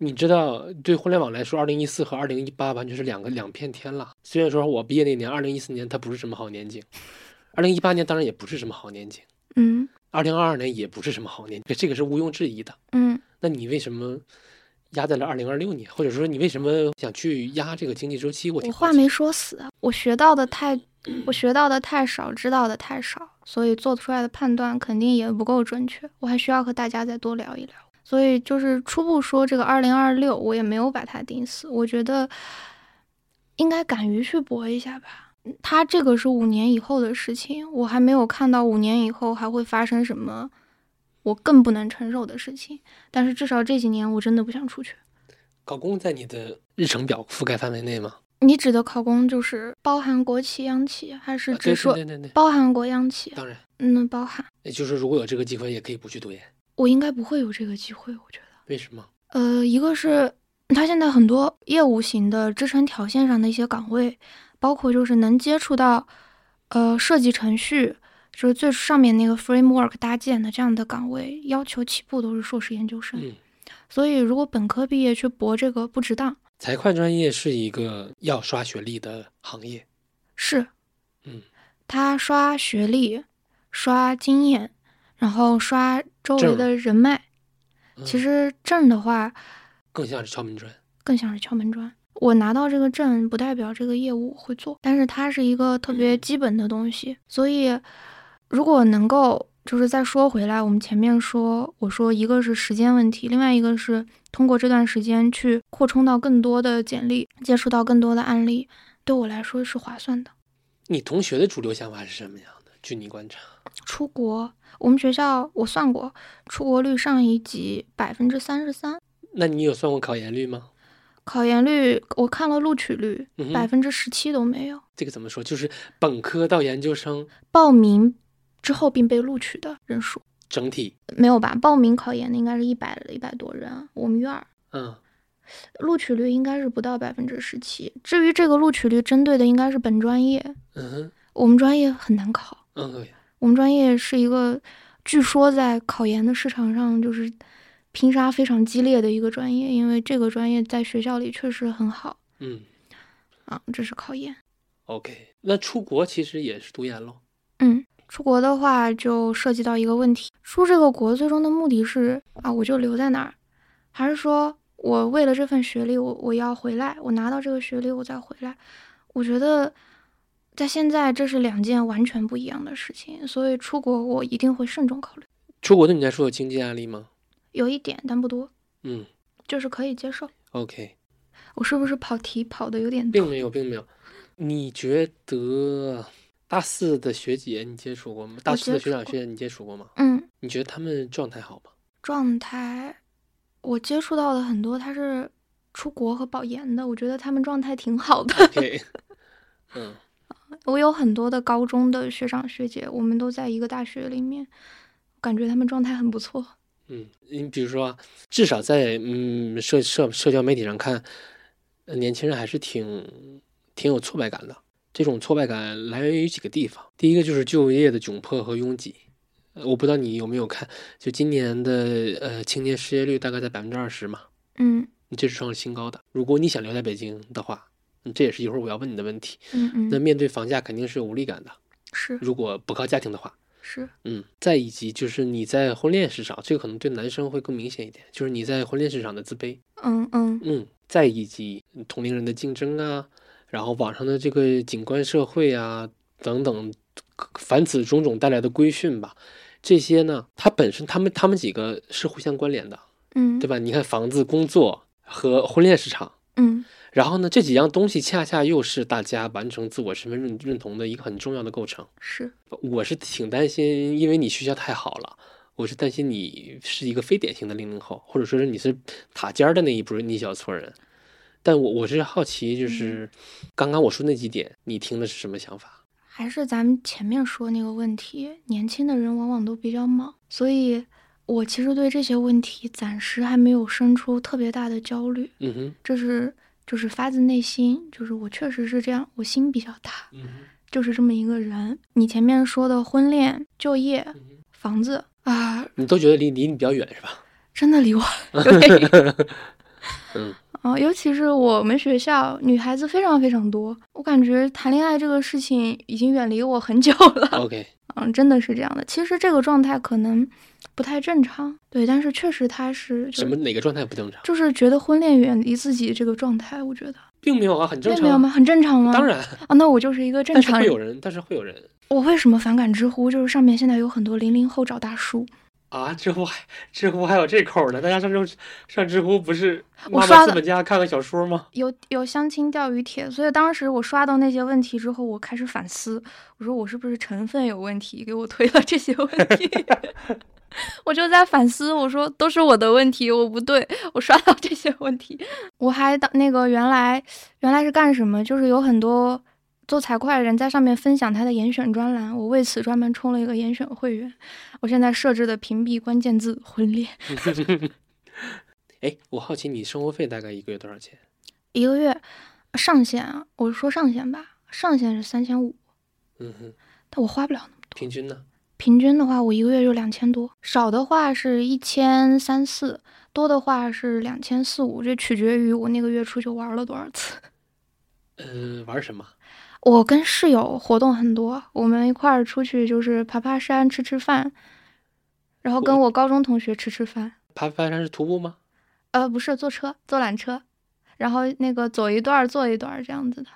你知道，对互联网来说，二零一四和二零一八完全是两个两片天了。虽然说我毕业那年，二零一四年它不是什么好年景，二零一八年当然也不是什么好年景，嗯二零二二年也不是什么好年景，这个是毋庸置疑的。嗯，那你为什么压在了二零二六年，或者说你为什么想去压这个经济周期？我我挺好话奇。没说死，啊我学到的太，我学到的太少，知道的太少，所以做出来的判断肯定也不够准确。我还需要和大家再多聊一聊。所以就是初步说这个二零二六，我也没有把它定死，我觉得应该敢于去搏一下吧。它这个是五年以后的事情，我还没有看到五年以后还会发生什么我更不能承受的事情。但是至少这几年我真的不想出去。考公在你的日程表覆盖范围内吗？你指的考公就是包含国企、央企，还是啊只说对对对对对，包含国央企？当然，嗯，包含。也就是如果有这个机会，也可以不去读研。我应该不会有这个机会，我觉得。为什么？呃，一个是它现在很多业务型的支撑条线上的一些岗位，包括就是能接触到呃设计程序，就是最上面那个 framework 搭建的这样的岗位，要求起步都是硕士研究生。嗯，所以如果本科毕业去博这个不值当，财会专业是一个要刷学历的行业。是，嗯，他刷学历、刷经验，然后刷周围的人脉。嗯其实证的话，更像是敲门砖。更像是敲门砖。我拿到这个证不代表这个业务我会做，但是它是一个特嗯别基本的东西，所以如果能够就是再说回来，我们前面说我说一个是时间问题，另外一个是通过这段时间去扩充到更多的简历，接触到更多的案例，对我来说是划算的。你同学的主流想法是什么样的？据你观察，出国，我们学校我算过，出国率上一级百分之三十三，那你有算过考研率吗？考研率我看了录取率嗯百哼，分之十七都没有。这个怎么说？就是本科到研究生报名之后并被录取的人数整体，没有吧？报名考研的应该是一百一百多人啊，我们院儿嗯，录取率应该是不到百分之十七。至于这个录取率针对的应该是本专业，嗯哼，我们专业很难考，嗯对，我们专业是一个据说在考研的市场上就是拼杀非常激烈的一个专业，因为这个专业在学校里确实很好嗯啊，这是考研。 ，OK。那出国其实也是读研喽。嗯，出国的话就涉及到一个问题：出这个国最终的目的是啊，我就留在那儿，还是说我为了这份学历，我我要回来，我拿到这个学历我再回来？我觉得在现在这是两件完全不一样的事情，所以出国我一定会慎重考虑。出国对你来说有经济压力吗？有一点，但不多，嗯就是可以接受。 ，OK，我是不是跑题跑的有点并多？没有，并没有。你觉得大四的学姐你接触过吗？大我四的学接触长过学姐你接触过吗？嗯，你觉得他们状态好吗？状态，我接触到的很多他是出国和保研的，我觉得他们状态挺好的。 对，嗯我有很多的高中的学长学姐，我们都在一个大学里面，感觉他们状态很不错。嗯，你比如说啊，至少在嗯社社社交媒体上看，呃年轻人还是挺挺有挫败感的。这种挫败感来源于几个地方，第一个就是就业的窘迫和拥挤。呃我不知道你有没有看，就今年的呃青年失业率大概在百分之二十嘛，嗯这是创新高的。如果你想留在北京的话，嗯这也是一会儿我要问你的问题。嗯那嗯，面对房价肯定是有无力感的，是如果不靠家庭的话，是，嗯，再以及就是你在婚恋市场，这个可能对男生会更明显一点，就是你在婚恋市场的自卑，嗯嗯嗯，再以及同龄人的竞争啊，然后网上的这个景观社会啊等等，凡此种种带来的规训吧，这些呢，它本身他们他们几个是互相关联的，嗯，对吧？你看房子、工作和婚恋市场，嗯然后呢，这几样东西恰恰又是大家完成自我身份认认同的一个很重要的构成。是，我是挺担心，因为你学校太好了，我是担心你是一个非典型的零零后，或者说是你是塔尖儿的那一波一小撮人。但我我是好奇，嗯就是刚刚我说那几点，你听的是什么想法？还是咱们前面说那个问题，年轻的人往往都比较莽，所以我其实对这些问题暂时还没有生出特别大的焦虑，嗯哼，这是就是发自内心，就是我确实是这样，我心比较大，嗯就是这么一个人。你前面说的婚恋、就业、嗯哼，房子啊，你都觉得离离你比较远是吧？真的离 我有点远。嗯 啊、尤其是我们学校女孩子非常非常多，我感觉谈恋爱这个事情已经远离我很久了。 ，OK，嗯，真的是这样的。其实这个状态可能不太正常，对，但是确实他是就什么哪个状态不正常？就是觉得婚恋远离自己这个状态，我觉得并没有啊，很正那常没有啊。吗？很正常吗？当然，啊，那我就是一个正但是常会有人。人，但是会有人我为什么反感知乎？就是上面现在有很多零零后找大叔，啊，知乎还知乎还有这口呢？大家上周上知乎不是我妈刷妈了资本家看看小说吗？有有相亲钓鱼帖，所以当时我刷到那些问题之后，我开始反思，我说我是不是成分有问题，给我推了这些问题。 我就在反思，我说都是我的问题，我不对，我刷到这些问题。我还当那个原来原来是干什么，就是有很多做财会的人在上面分享他的严选专栏，我为此专门充了一个严选会员。我现在设置的屏蔽关键字婚恋， 哎，我好奇你生活费大概一个月多少钱？一个月上限啊，我说上限吧，上限是三千五。嗯哼，但我花不了那么多。平均呢？平均的话，我一个月就两千多，少的话是一千三四，多的话是两千四五，这取决于我那个月出去玩了多少次。 呃，玩什么？我跟室友活动很多，我们一块儿出去就是爬爬山、吃吃饭，然后跟我高中同学吃吃饭。爬爬山是徒步吗？呃，不是，坐车，坐缆车，然后那个走一段坐一段这样子的。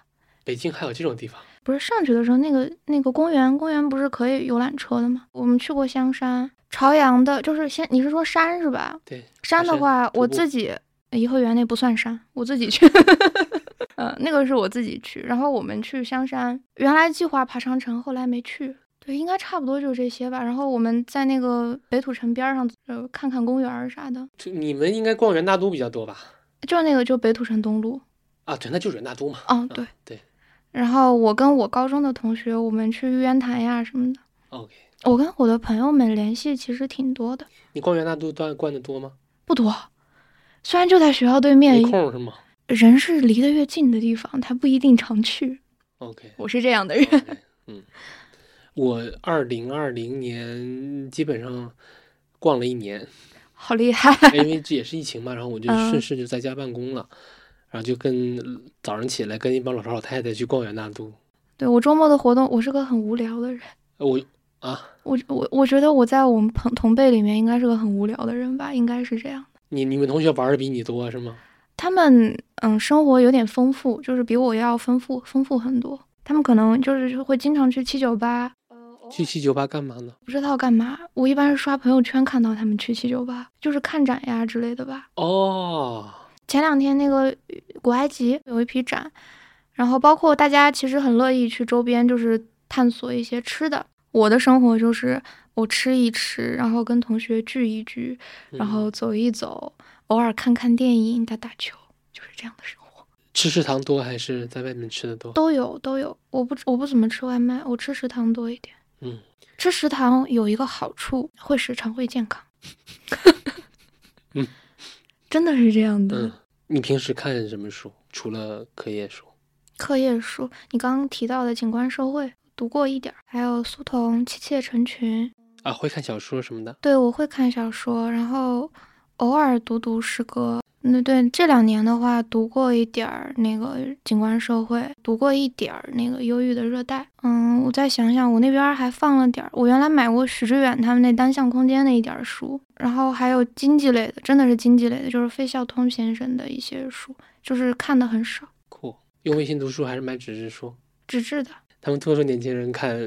北京还有这种地方？不是上学的时候，那个那个公园，公园不是可以游览车的吗？我们去过香山、朝阳的，就是先你是说山是吧？对，山的话，我自己颐和园那不算山，我自己去。 呃，那个是我自己去，然后我们去香山，原来计划爬长城，后来没去。对，应该差不多就这些吧。然后我们在那个北土城边上，呃，看看公园啥的。就你们应该逛元大都比较多吧？就那个，就北土城东路。啊，对，那就是元大都嘛。嗯、哦，对、啊、对。然后我跟我高中的同学，我们去玉渊潭呀什么的。 OK。我跟我的朋友们联系其实挺多的。你逛元大都逛逛的多吗？不多，虽然就在学校对没面。空是吗？人是离得越近的地方，他不一定常去。 OK，我是这样的人。Okay, 嗯，我二零二零年基本上逛了一 年，好厉害！ 因为这也是疫情嘛，然后我就顺势就在家办公了，嗯、然后就跟早上起来跟一帮老头老太太去逛元大都。对我周末的活动，我是个很无聊的人。我啊，我我我觉得我在我们朋同辈里面应该是个很无聊的人吧，应该是这样的。你你们同学玩的比你多是吗？他们嗯，生活有点丰富，就是比我要丰富丰富很多。他们可能就是会经常去七九八，去七九八干嘛呢？不知道干嘛。我一般是刷朋友圈看到他们去七九八，就是看展呀之类的吧。哦，前两天那个古埃及有一批展，然后包括大家其实很乐意去周边，就是探索一些吃的。我的生活就是我吃一吃，然后跟同学聚一聚，然后走一走。嗯偶尔看看电影、打打球，就是这样的生活。吃食堂多还是在外面吃的多？都有都有。我不我不怎么吃外卖，我吃食堂多一点。嗯，吃食堂有一个好处，会使肠胃健康。嗯， 真的是这样的。嗯，你平时看什么书？除了课业书？课业书，你刚刚提到的《景观社会》读过一点儿，还有苏童《妻妾成群》啊，会看小说什么的。对，我会看小说，然后。偶尔读读诗歌，那对这两年的话，读过一点儿那个《景观社会》，读过一点儿那个《忧郁的热带》。嗯，我再想想，我那边还放了点儿，我原来买过许知远他们那单向空间的一点儿书，然后还有经济类的，真的是经济类的，就是费孝通先生的一些书，就是看的很少。酷，用微信读书还是买纸质书？纸质的。他们都说年轻人看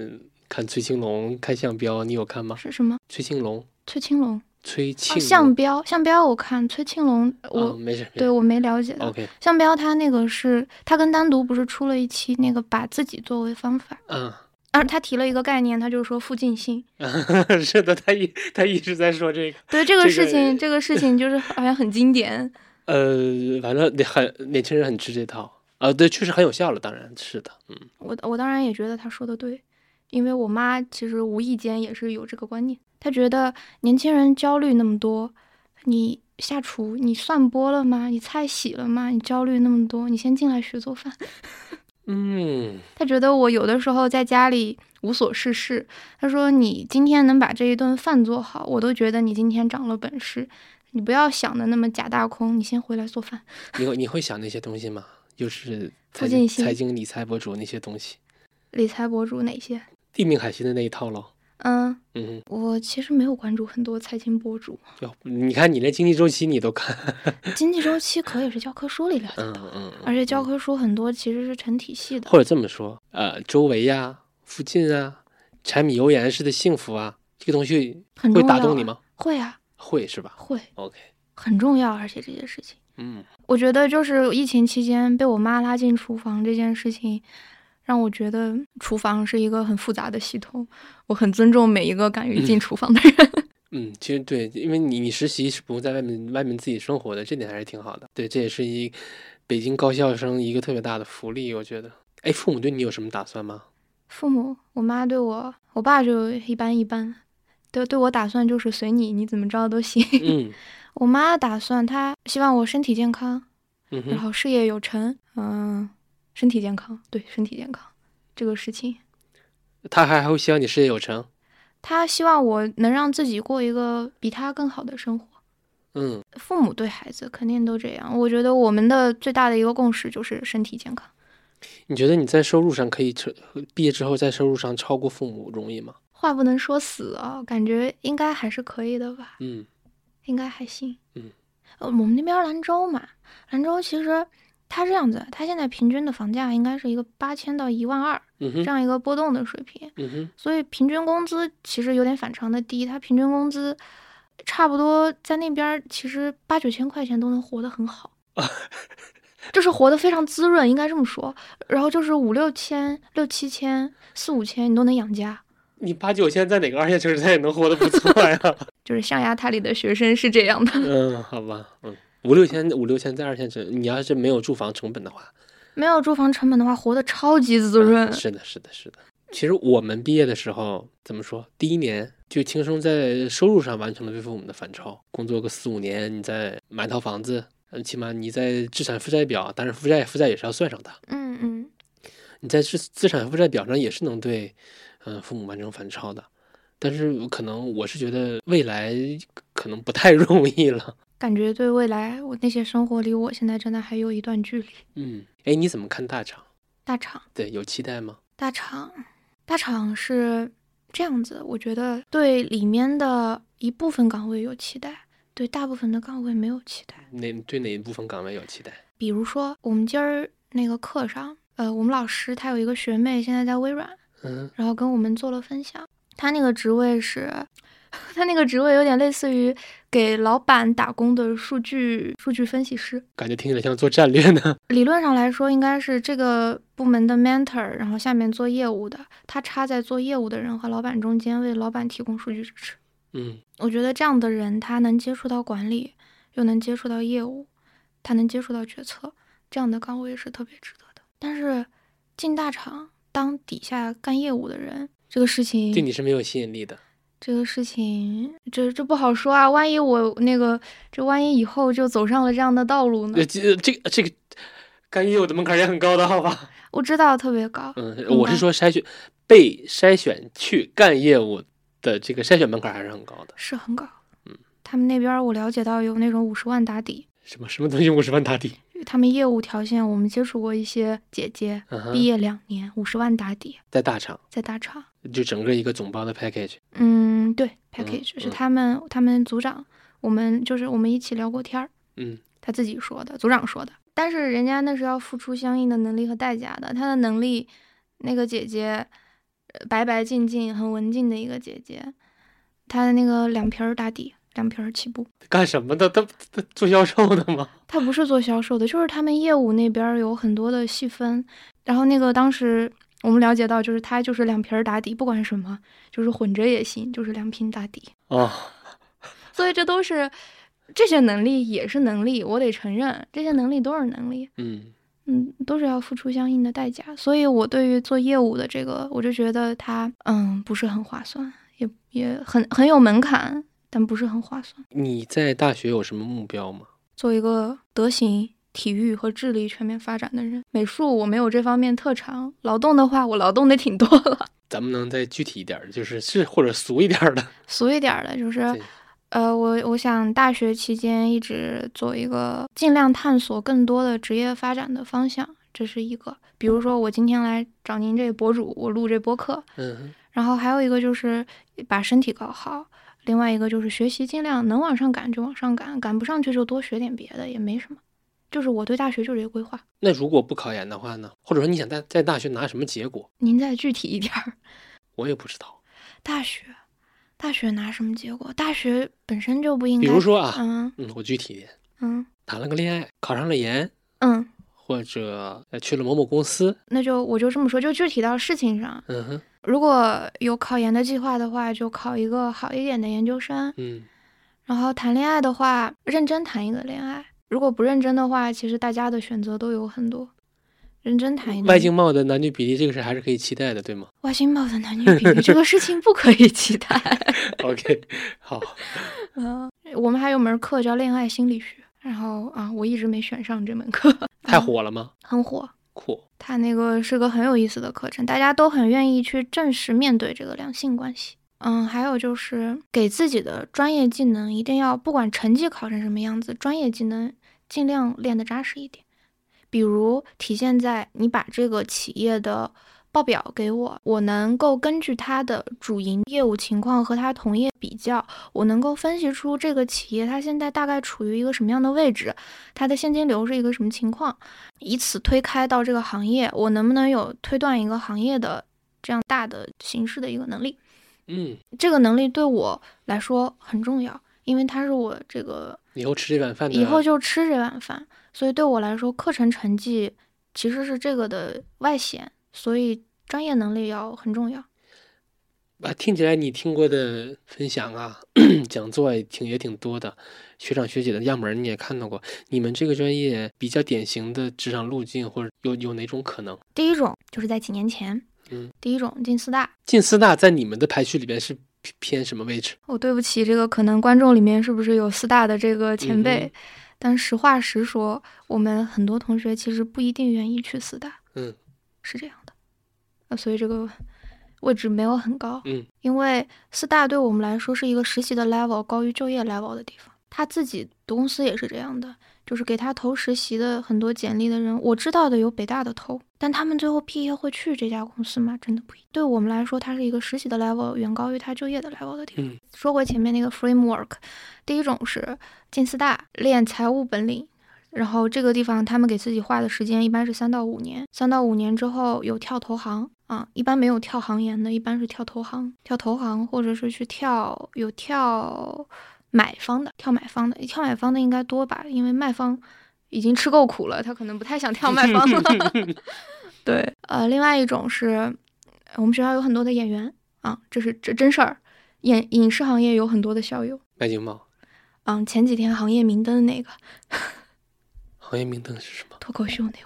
看崔庆龙、看项彪，你有看吗？是什么？崔庆龙。崔庆龙。崔庆、哦、项彪，项彪我看崔庆龙，我、哦、没事，对我没了解。 OK，项彪他那个是他跟单独不是出了一期那个把自己作为方法，嗯， 而他提了一个概念，他就说附近性，是的，他一他一直在说这个，对这个事情，这个事情就是好像很经典。呃，反正很年轻人很吃这套啊、呃，对，确实很有效了，当然是的，嗯，我我当然也觉得他说的对。因为我妈其实无意间也是有这个观念，她觉得年轻人焦虑那么多，你下厨，你涮锅了吗？你菜洗了吗？你焦虑那么多，你先进来学做饭。嗯，她觉得我有的时候在家里无所事事，她说你今天能把这一顿饭做好，我都觉得你今天长了本事。你不要想的那么假大空，你先回来做饭。 你你会想那些东西吗？就是财经财经理财博主那些东西，理财博主哪些？地命海心的那一套喽。嗯嗯，我其实没有关注很多财经博主。哟，你看你连经济周期你都看？ 经济周期可也是教科书里了解到的，嗯嗯、而且教科书很多其实是成体系的。或者这么说，呃，周围呀、啊、附近啊、柴米油盐式的幸福啊，这个东西会打动你吗？啊会啊，会是吧？会。 OK，很重要，而且这些事情，嗯，我觉得就是疫情期间被我妈拉进厨房这件事情。让我觉得厨房是一个很复杂的系统，我很尊重每一个敢于进厨房的人。 嗯，其实对，因为你你实习是不用在外面外面自己生活的，这点还是挺好的。对，这也是一北京高校生一个特别大的福利，我觉得。哎，父母对你有什么打算吗？父母，我妈对我，我爸就一般一般，对对我打算就是随你，你怎么着都行。嗯， 我妈打算她希望我身体健康，嗯、然后事业有成，嗯。身体健康，对身体健康这个事情，他还还会希望你事业有成。他希望我能让自己过一个比他更好的生活。嗯，父母对孩子肯定都这样。我觉得我们的最大的一个共识就是身体健康。你觉得你在收入上可以超毕业之后在收入上超过父母容易吗？话不能说死啊，感觉应该还是可以的吧，嗯应该还行。嗯，呃，我们那边兰州嘛，兰州其实它这样子，它现在平均的房价应该是一个八千到一万二嗯这哼样一个波动的水平，嗯哼所以平均工资其实有点反常的低，它平均工资差不多在那边儿其实八九千块钱都能活得很好，就是活得非常滋润，应该这么说。然后就是五六千、六七千、四五千你都能养家。你八九现在在哪个二线城市，他也能活得不错呀。 就是象牙塔里的学生是这样的， 嗯，好吧，嗯，五六千，五六千在二线城，你要是没有住房成本的话，没有住房成本的话，活得超级滋润。哎嗯是的，是的，是的。其实我们毕业的时候，怎么说？第一年就轻松在收入上完成了对父母的反超，工作个四五年，你再买套房子，嗯，起码你在资产负债表，但是负债负债也是要算上的，嗯嗯，你在资资产负债表上也是能对，嗯、父母完成反超的。但是我可能我是觉得未来可能不太 容易了。感觉对未来我那些生活离我现在真的还有一段距离。嗯，哎，你怎么看大厂？大厂，对，有期待吗？大厂，大厂是这样子，我觉得对里面的一部分岗位有期待，对大部分的岗位没有期待。哪对哪一部分岗位有期待？比如说我们今儿那个课上，呃，我们老师他有一个学妹现在在微软，嗯然后跟我们做了分享。他那个职位是，他那个职位有点类似于给老板打工的数据数据分析师。感觉听起来像做战略呢。理论上来说，应该是这个部门的 mentor，然后下面做业务的，他插在做业务的人和老板中间，为老板提供数据支持。嗯我觉得这样的人，他能接触到管理，又能接触到业务，他能接触到决策，这样的岗位是特别值得的。但是进大厂当底下干业务的人，这个事情对你是没有吸引力的。这个事情，这这不好说啊。万一我那个，这万一以后就走上了这样的道路呢呃，？这这个这个干业务的门槛也很高的，好吧？我知道特别高，嗯，明我是白说筛选被筛选去干业务的这个筛选门槛还是很高的。是很高。嗯，他们那边我了解到有那种五十万打底，什么什么东西五十万打底？他们业务条件我们接触过一些姐姐， 嗯毕哼，业两年五十万打底，在大厂在大厂。就整个一个总包的 package。嗯，对，package 是嗯他们他们组长，我们就是我们一起聊过天儿，嗯，他自己说的，组长说的。但是人家那是要付出相应的能力和代价的。他的能力，那个姐姐呃白白净净、很文静的一个姐姐，她的那个两瓶儿打底，两瓶儿起步。干什么的？他他做销售的吗？她不是做销售的，就是他们业务那边儿有很多的细分。然后那个当时我们了解到，就是她就是两瓶儿打底，不管什么，就是混着也行，就是两瓶打底。哦，所以这都是这些能力也是能力，我得承认这些能力都是能力。嗯嗯，都是要付出相应的代价，所以我对于做业务的这个，我就觉得它，嗯，不是很划算，也也很很有门槛，但不是很划算。你在大学有什么目标吗？做一个德行、体育和智力全面发展的人，美术我没有这方面特长，劳动的话我劳动的挺多了， 咱们能再具体一点儿，就是是或者俗一点儿的。俗一点儿的就是对，呃，我我想大学期间一直做一个尽量探索更多的职业发展的方向，这是一个。比如说我今天来找您这博主，我录这播客，嗯哼，然后还有一个就是把身体搞好，另外一个就是学习尽量能往上赶就往上赶，赶不上去就多学点别的也没什么。就是我对大学就这个规划，那如果不考研的话呢？或者说你想在在大学拿什么结果？您再具体一点儿。我也不知道。大学，大学拿什么结果？大学本身就不应比该。如，说啊，嗯嗯，我具体一点，嗯谈了个恋爱，考上了研，嗯，或者呃去了某某公司，那就我就这么说，就具体到事情上。嗯哼，如果有考研的计划的话，就考一个好一点的研究生。嗯然后谈恋爱的话，认真谈一个恋爱；如果不认真的话，其实大家的选择都有很多。认真谈一个外经贸的男女比例这个事儿还是可以期待的，对 吗外星貌的男女 比例这个事情不可以期待。 ？OK，好，嗯，我们还有门课叫恋爱心理学，然后啊，我一直没选上这门课， 太火了吗？很火。酷，它那个是个很有意思的课程，大家都很愿意去正式面对这个两性关系。嗯，还有就是给自己的专业技能一定要，不管成绩考成什么样子，专业技能尽量练得扎实一点。比如体现在你把这个企业的报表给我，我能够根据它的主营业务情况和它同业比较，我能够分析出这个企业它现在大概处于一个什么样的位置，它的现金流是一个什么情况，以此推开到这个行业，我能不能有推断一个行业的这样大的形势的一个能力？嗯，这个能力对我来说很重要，因为它是我这个以后吃这碗饭的，以后就吃这碗饭。所以对我来说，课程成绩其实是这个的外显，所以专业能力要很重要。啊，听起来你听过的分享啊、 讲座也挺也挺多的，学长学姐的样本你也看到过。你们这个专业比较典型的职场路径，或者有有哪种可能？第一种就是在几年前，嗯，第一种进四大。进四大在你们的排序里边是偏什么位置？哦我、对不起，这个可能观众里面是不是有四大的这个前辈？嗯但实话实说，我们很多同学其实不一定愿意去四大，嗯，是这样的。呃，所以这个位置没有很高，嗯，因为四大对我们来说是一个实习的 level 高于就业 level 的地方。他自己的公司也是这样的，就是给他投实习的很多简历的人，我知道的有北大的投，但他们最后毕业会去这家公司吗？真的不一定。对我们来说，它是一个实习的 level 远高于他就业的 level 的地方。嗯说回前面那个 framework，第一种是进四大练财务本领，然后这个地方他们给自己画的时间一般是三到五年，三到五年之后有跳投行啊，一般没有跳行研的，一般是跳投行，跳投行或者是去跳有跳买方的，跳买方的，跳买方的应该多吧，因为卖方已经吃够苦了，他可能不太想跳卖方了。 对，呃，另外一种是呃我们学校有很多的演员啊，这是这真事儿，演影视行业有很多的校友。白经贸嗯，前几天行业明灯的那个行业明灯是什么脱口秀那位，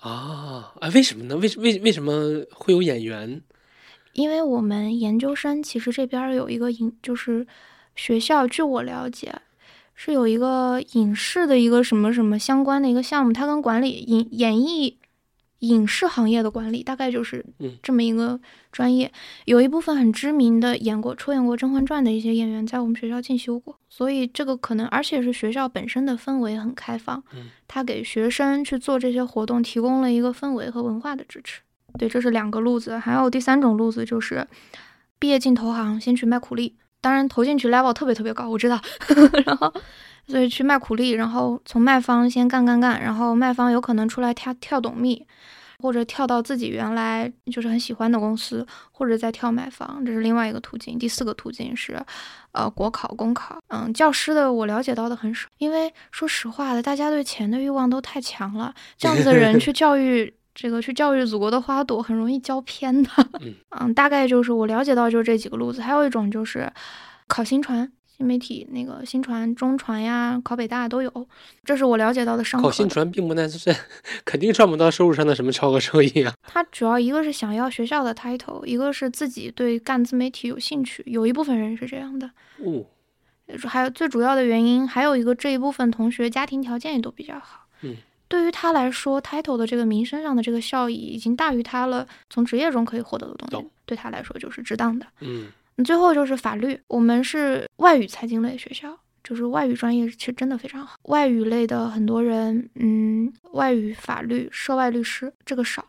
啊？啊，为什么呢？为为为什么会有演员？因为我们研究生其实这边儿有一个影，就是学校，据我了解。是有一个影视的一个什么什么相关的一个项目，它跟管理影演艺影视行业的管理大概就是嗯这么一个专业。有一部分很知名的演过出演过《甄嬛传》的一些演员在我们学校进修过，所以这个可能而且是学校本身的氛围很开放嗯，它给学生去做这些活动提供了一个氛围和文化的支持。对，这是两个路子，还有第三种路子就是毕业进投行，先去卖苦力。当然，投进去 level 特别特别高，我知道。 然后，所以去卖苦力，然后从卖方先干干干，然后卖方有可能出来跳跳董秘，或者跳到自己原来就是很喜欢的公司，或者再跳买房，这是另外一个途径。第四个途径是，呃，国考、公考。嗯，教师的我了解到的很少，因为说实话的，大家对钱的欲望都太强了，这样子的人去教育。这个去教育祖国的花朵很容易教偏的，嗯嗯，大概就是我了解到就是这几个路子，还有一种就是考新传、新媒体那个新传、中传呀，考北大都有，这是我了解到的商科考的。新传并不难，是 肯定赚不到收入上的什么超额收益啊。他主要一个是想要学校的 title，一个是自己对干自媒体有兴趣，有一部分人是这样的，哦，还有最主要的原因，还有一个这一部分同学家庭条件也都比较好。嗯，对于他来说，title 的这个名声上的这个效益已经大于他了从职业中可以获得的东西懂，对他来说就是值当的。嗯嗯最后就是法律，我们是外语财经类学校，就是外语专业其实真的非常好。外语类的很多人，嗯，外语、法律、涉外律师这个少，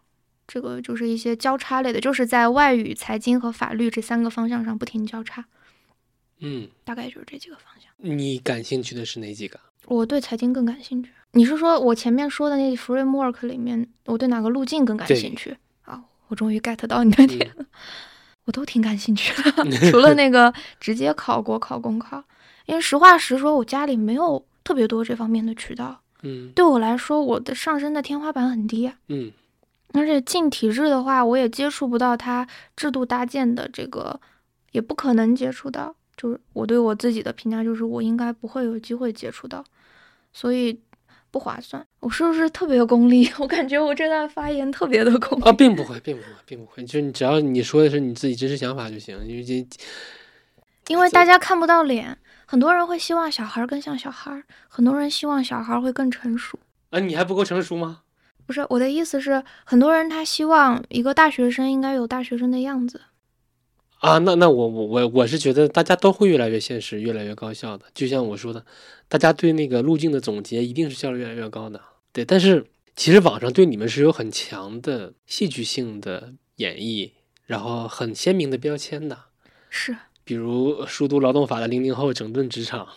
这个就是一些交叉类的，就是在外语、财经和法律这三个方向上不停交叉，嗯，大概就是这几个方向。你感兴趣的是哪几个？我对财经更感兴趣。你是说我前面说的那 framework 里面，我对哪个路径更感对兴趣？啊，我终于 get 到你的点嗯了，我都挺感兴趣的，除了那个直接考国考、公考，因为实话实说，我家里没有特别多这方面的渠道。嗯对我来说，我的上升的天花板很低啊。嗯而且进体制的话，我也接触不到它制度搭建的这个，也不可能接触到。就是我对我自己的评价就是，我应该不会有机会接触到，所以不划算。我是不是特别功利？ 我感觉我这段发言特别的功利。啊，并不会，并不会，并不会，就是你只要你说的是你自己真实想法就行，因为这因为大家看不到脸，很多人会希望小孩儿更像小孩儿，很多人希望小孩儿会更成熟。啊你还不够成熟吗？不是我的意思是，很多人他希望一个大学生应该有大学生的样子，啊，那那我我我我是觉得大家都会越来越现实，越来越高效的。就像我说的，大家对那个路径的总结一定是效率越来越高的。对，但是其实网上对你们是有很强的戏剧性的演绎，然后很鲜明的标签的，是。比如疏读劳动法的零零后整顿职场，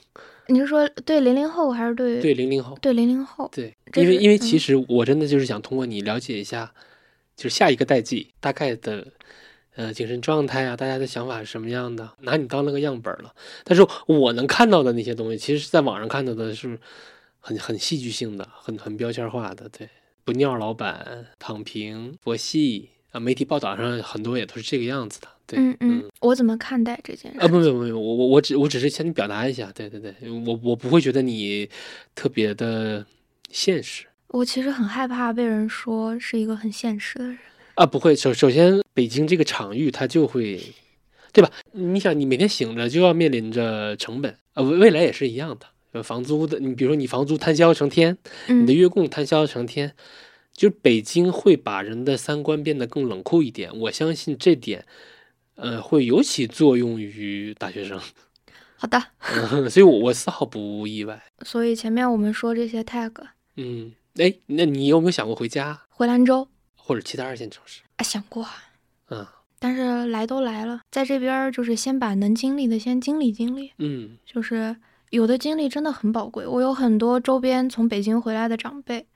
你是说对零零后还是对对零零后？对零零后？对，这因为是因为嗯其实我真的就是想通过你了解一下，就是下一个代际大概的呃精神状态啊，大家的想法是什么样的，拿你当了个样本了。但是我能看到的那些东西，其实是在网上看到的是很很戏剧性的，很很标签化的。对，不尿老板、躺平、佛系啊，媒体报道上很多也都是这个样子的。对，嗯嗯，我怎么看待这件事？啊，不不不，我我我只我只是先表达一下，对对对，我我不会觉得你特别的现实我其实很害怕被人说是一个很现实的人。啊，不会。首首先，北京这个场域它就会，对吧？你想，你每天醒着就要面临着成本啊，未未来也是一样的，呃房租的，你比如说你房租摊销成天，你的嗯月供摊销成天，就北京会把人的三观变得更冷酷一点，我相信这点，呃，会尤其作用于大学生，好的。 所以我我丝毫不意外。所以前面我们说这些 tag，嗯，哎，那你有没有想过回家回兰州或者其他二线城市？啊想过，嗯但是来都来了，在这边儿就是先把能经历的先经历经历，嗯就是有的经历真的很宝贵。我有很多周边从北京回来的长辈，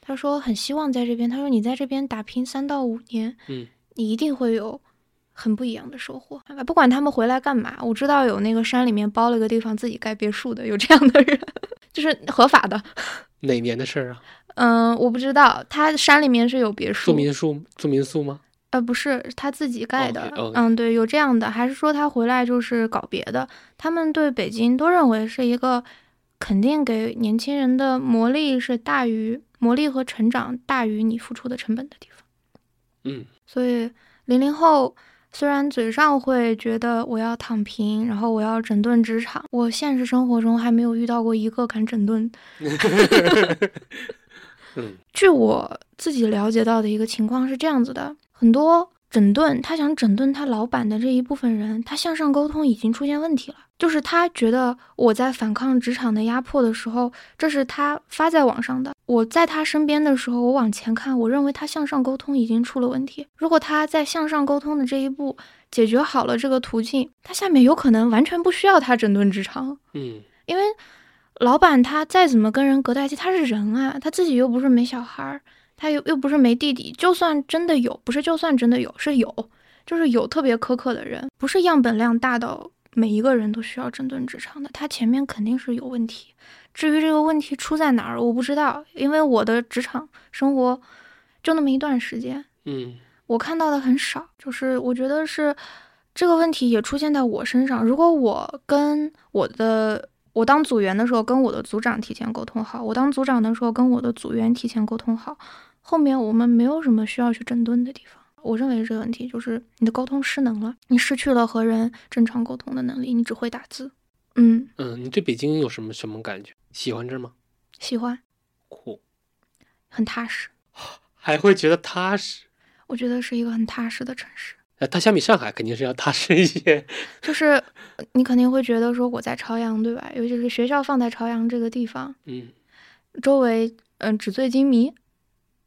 他说很希望在这边，他说你在这边打拼三到五年，嗯，你一定会有很不一样的收获。啊不管他们回来干嘛，我知道有那个山里面包了一个地方自己盖别墅的，有这样的人， 就是合法的。哪年的事儿啊？嗯，我不知道，他山里面是有别住墅，民宿住民宿吗？呃，不是是他自己盖的。 OK，OK 嗯，对，有这样的，还是说他回来就是搞别的？他们对北京都认为是一个肯定给年轻人的磨砺是大于磨砺和成长大于你付出的成本的地方。嗯所以零零后虽然嘴上会觉得我要躺平，然后我要整顿职场，我现实生活中还没有遇到过一个敢整顿。嗯据我自己了解到的一个情况是这样子的：很多整顿他想整顿他老板的这一部分人，他向上沟通已经出现问题了。就是他觉得我在反抗职场的压迫的时候，这是他发在网上的。我在他身边的时候，我往前看，我认为他向上沟通已经出了问题。如果他在向上沟通的这一步解决好了这个途径，他下面有可能完全不需要他整顿职场。嗯因为老板他再怎么跟人隔代际，他是人啊，他自己又不是没小孩儿，他又又不是没弟弟。就算真的有，不是就算真的有，是有，就是有特别苛刻的人，不是样本量大到每一个人都需要整顿职场的，他前面肯定是有问题。至于这个问题出在哪儿，我不知道，因为我的职场生活就那么一段时间，嗯我看到的很少，就是我觉得是这个问题也出现在我身上。如果我跟我的我当组员的时候跟我的组长提前沟通好，我当组长的时候跟我的组员提前沟通好，后面我们没有什么需要去整顿的地方。我认为这个问题就是你的沟通失能了，你失去了和人正常沟通的能力，你只会打字。嗯，嗯，你对北京有什么什么感觉？喜欢这儿吗？喜欢，酷，很踏实，还会觉得踏实。我觉得是一个很踏实的城市。呃，它相比上海肯定是要踏实一些。就是呃你肯定会觉得说我在朝阳，对吧？尤其是学校放在朝阳这个地方，嗯，周围嗯、纸醉金迷，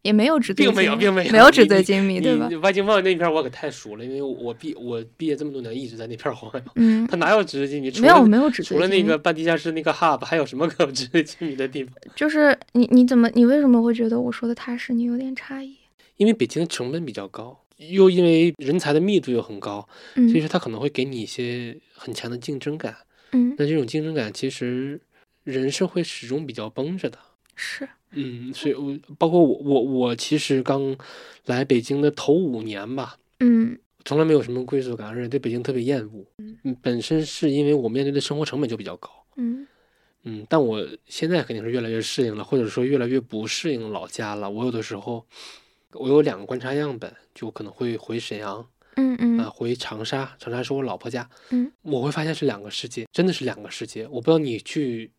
也没有纸醉并金迷，没有，并没有，没有你纸醉金迷，你对吧你？外经贸那片儿我可太熟了，因为我毕我毕业这么多年一直在那片儿晃悠。嗯，他哪有纸醉金迷？除没有了没有纸醉除了那金迷个半地下室那个 hub，还有什么可纸醉金迷的地方？就是你你怎么你为什么会觉得我说的踏实，你有点差异？因为北京的成本比较高，又因为人才的密度又很高，嗯所以说它可能会给你一些很强的竞争感。嗯那这种竞争感其实人是会始终比较绷着的。是嗯，所以我包括我我我其实刚来北京的头五年吧，嗯从来没有什么归属感，而且对北京特别厌恶。嗯，本身是因为我面对的生活成本就比较高。嗯嗯，但我现在肯定是越来越适应了，或者说越来越不适应老家了。我有的时候，我有两个观察样本，就可能会回沈阳，嗯啊，嗯回长沙，长沙是我老婆家，嗯，我会发现是两个世界，真的是两个世界。我不知道你去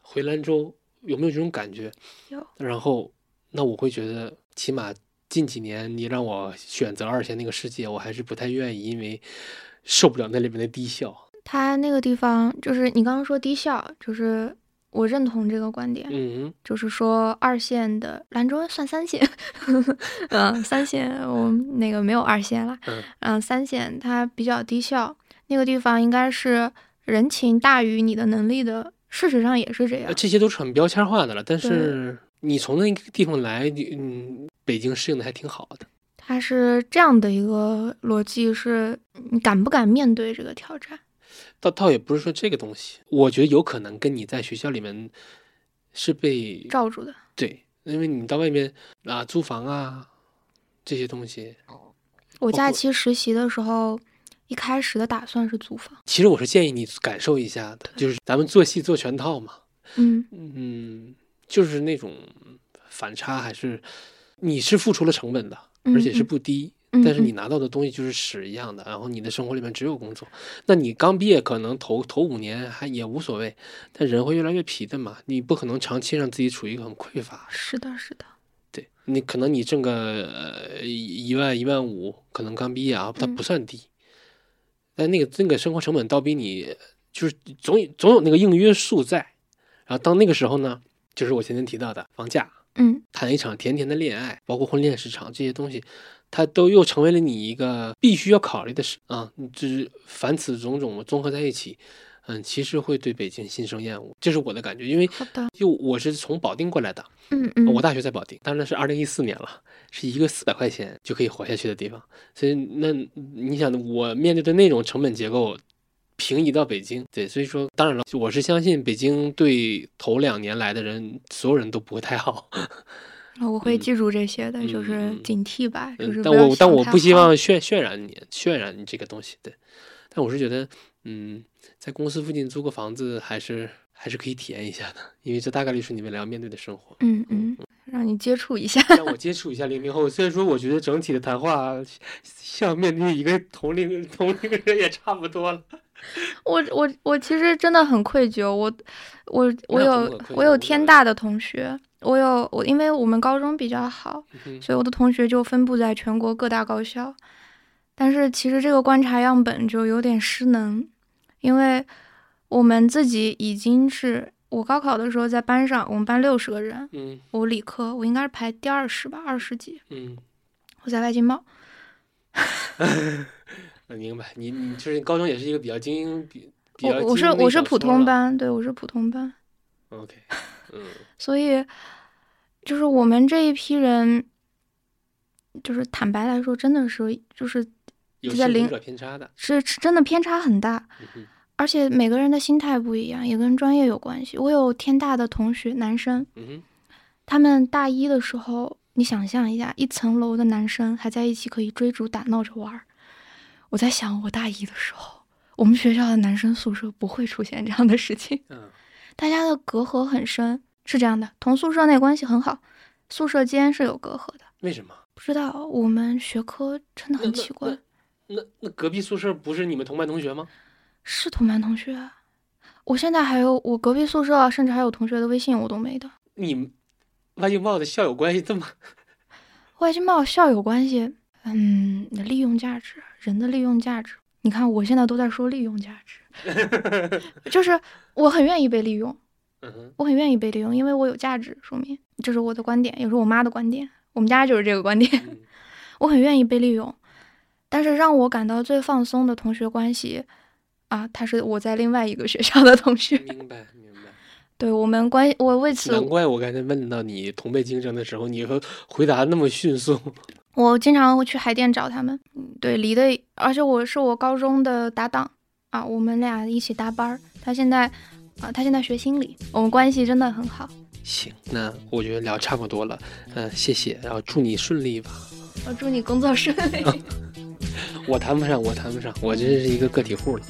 回兰州有没有这种感觉，有然后，那我会觉得，起码近几年你让我选择二线那个世界，我还是不太愿意，因为受不了那里面的低效。他那个地方就是你刚刚说低效，就是我认同这个观点，嗯哼，就是说二线的兰州算三线， 嗯，三线我们那个没有二线啦，嗯嗯，三线它比较低效，那个地方应该是人情大于你的能力的，事实上也是这样呃，这些都是很标签化的了。但是你从那个地方来，你嗯，北京适应的还挺好的。它是这样的一个逻辑是，你敢不敢面对这个挑战？倒倒也不是说这个东西，我觉得有可能跟你在学校里面是被罩住的，对，因为你到外面啊租房啊这些东西，哦我包假括期实习的时候，一开始的打算是租房，其实我是建议你感受一下的，就是咱们做戏做全套嘛，嗯，嗯，就是那种反差还是你是付出了成本的，嗯而且是嗯不低。嗯但是嗯你拿到的东西就是屎一样的，然后你的生活里面只有工作。那你刚毕业，可能头头五年还也无所谓，但人会越来越疲的嘛。你不可能长期让自己处于一个很匮乏。是的，是的，对你可能你挣个呃一一万一万五，可能刚毕业啊，它嗯不算低，但那个那个生活成本倒比你就是总有总有那个硬约束在。然后到那个时候呢，就是我前面提到的房价，嗯，谈一场甜甜的恋爱，包括婚恋市场这些东西，它都又成为了你一个必须要考虑的事啊。就是凡此种种综合在一起，嗯，其实会对北京心生厌恶，这是我的感觉。因为好的，就我是从保定过来的，嗯嗯，哦我大学在保定，当然是二零一四年了，是一个四百块钱就可以活下去的地方。所以那你想，我面对的那种成本结构。平移到北京，对，所以说当然了，我是相信北京对头两年来的人，所有人都不会太好，啊我会记住这些的，就嗯是嗯警惕吧， 就嗯是，但不要我但想我太不希好。望渲渲染你，渲染你这个东西。对，但我是觉得，嗯，在公司附近租个房子还是还是可以体验一下的，因为这大概率是你未来要面对的生活嗯嗯，让你接触一下， 让我接触一下零零后，虽然说我觉得整体的谈话像面对一个同龄同龄人也差不多了。我我我其实真的很愧疚，我我我那很有可愧疚我有无天所谓大的同学，我有我因为我们高中比较好，嗯所以我的同学就分布在全国各大高校，但是其实这个观察样本就有点失能，因为我们自己已经是我高考的时候在班上，我们班六十个人，嗯我理科我应该是排第二十吧，二十几，嗯，我在外经贸，我明白。你你就是高中也是一个比较精英，比比较我我精是英的我一是小普撮通了。班，对我是普通班， OK，嗯所以就是我们这一批人，就是坦白来说，真的是就是有就在幸零存者偏差的。是是真的偏差很大，嗯哼而且每个人的心态不一样，也跟专业有关系。我有天大的同学，男生，嗯哼。他们大一的时候，你想象一下，一层楼的男生还在一起可以追逐打闹着玩儿。我在想，我大一的时候，我们学校的男生宿舍不会出现这样的事情。嗯大家的隔阂很深，是这样的，同宿舍内关系很好，宿舍间是有隔阂的。为什么？不知道我们学科真的那很那奇怪，那那隔壁宿舍不是你们同班同学吗？是同班同学。啊我现在还有我隔壁宿舍，甚至还有同学的微信我都没的。你们外经贸的校友关系这么…… 外经贸校友关系，嗯，利用价值，人的利用价值。你看我现在都在说利用价值， 就是我很愿意被利用，嗯哼，我很愿意被利用，因为我有价值，说明这是我的观点，也是我妈的观点，我们家就是这个观点。嗯我很愿意被利用，但是让我感到最放松的同学关系，啊，他是我在另外一个学校的同学，明白明白。 对我们关，我为此嗯难怪我刚才问到你同辈竞争的时候，你会回答那么迅速。我经常会去海淀找他们，嗯对，离得，而且我是我高中的搭档啊，我们俩一起搭班儿，他现在。啊，他现在学心理，我们关系真的很好。行，那我觉得聊差不多了，嗯、谢谢，然后祝你顺利吧。我祝你工作顺利。我谈不上，我谈不上，我这是一个个体户了。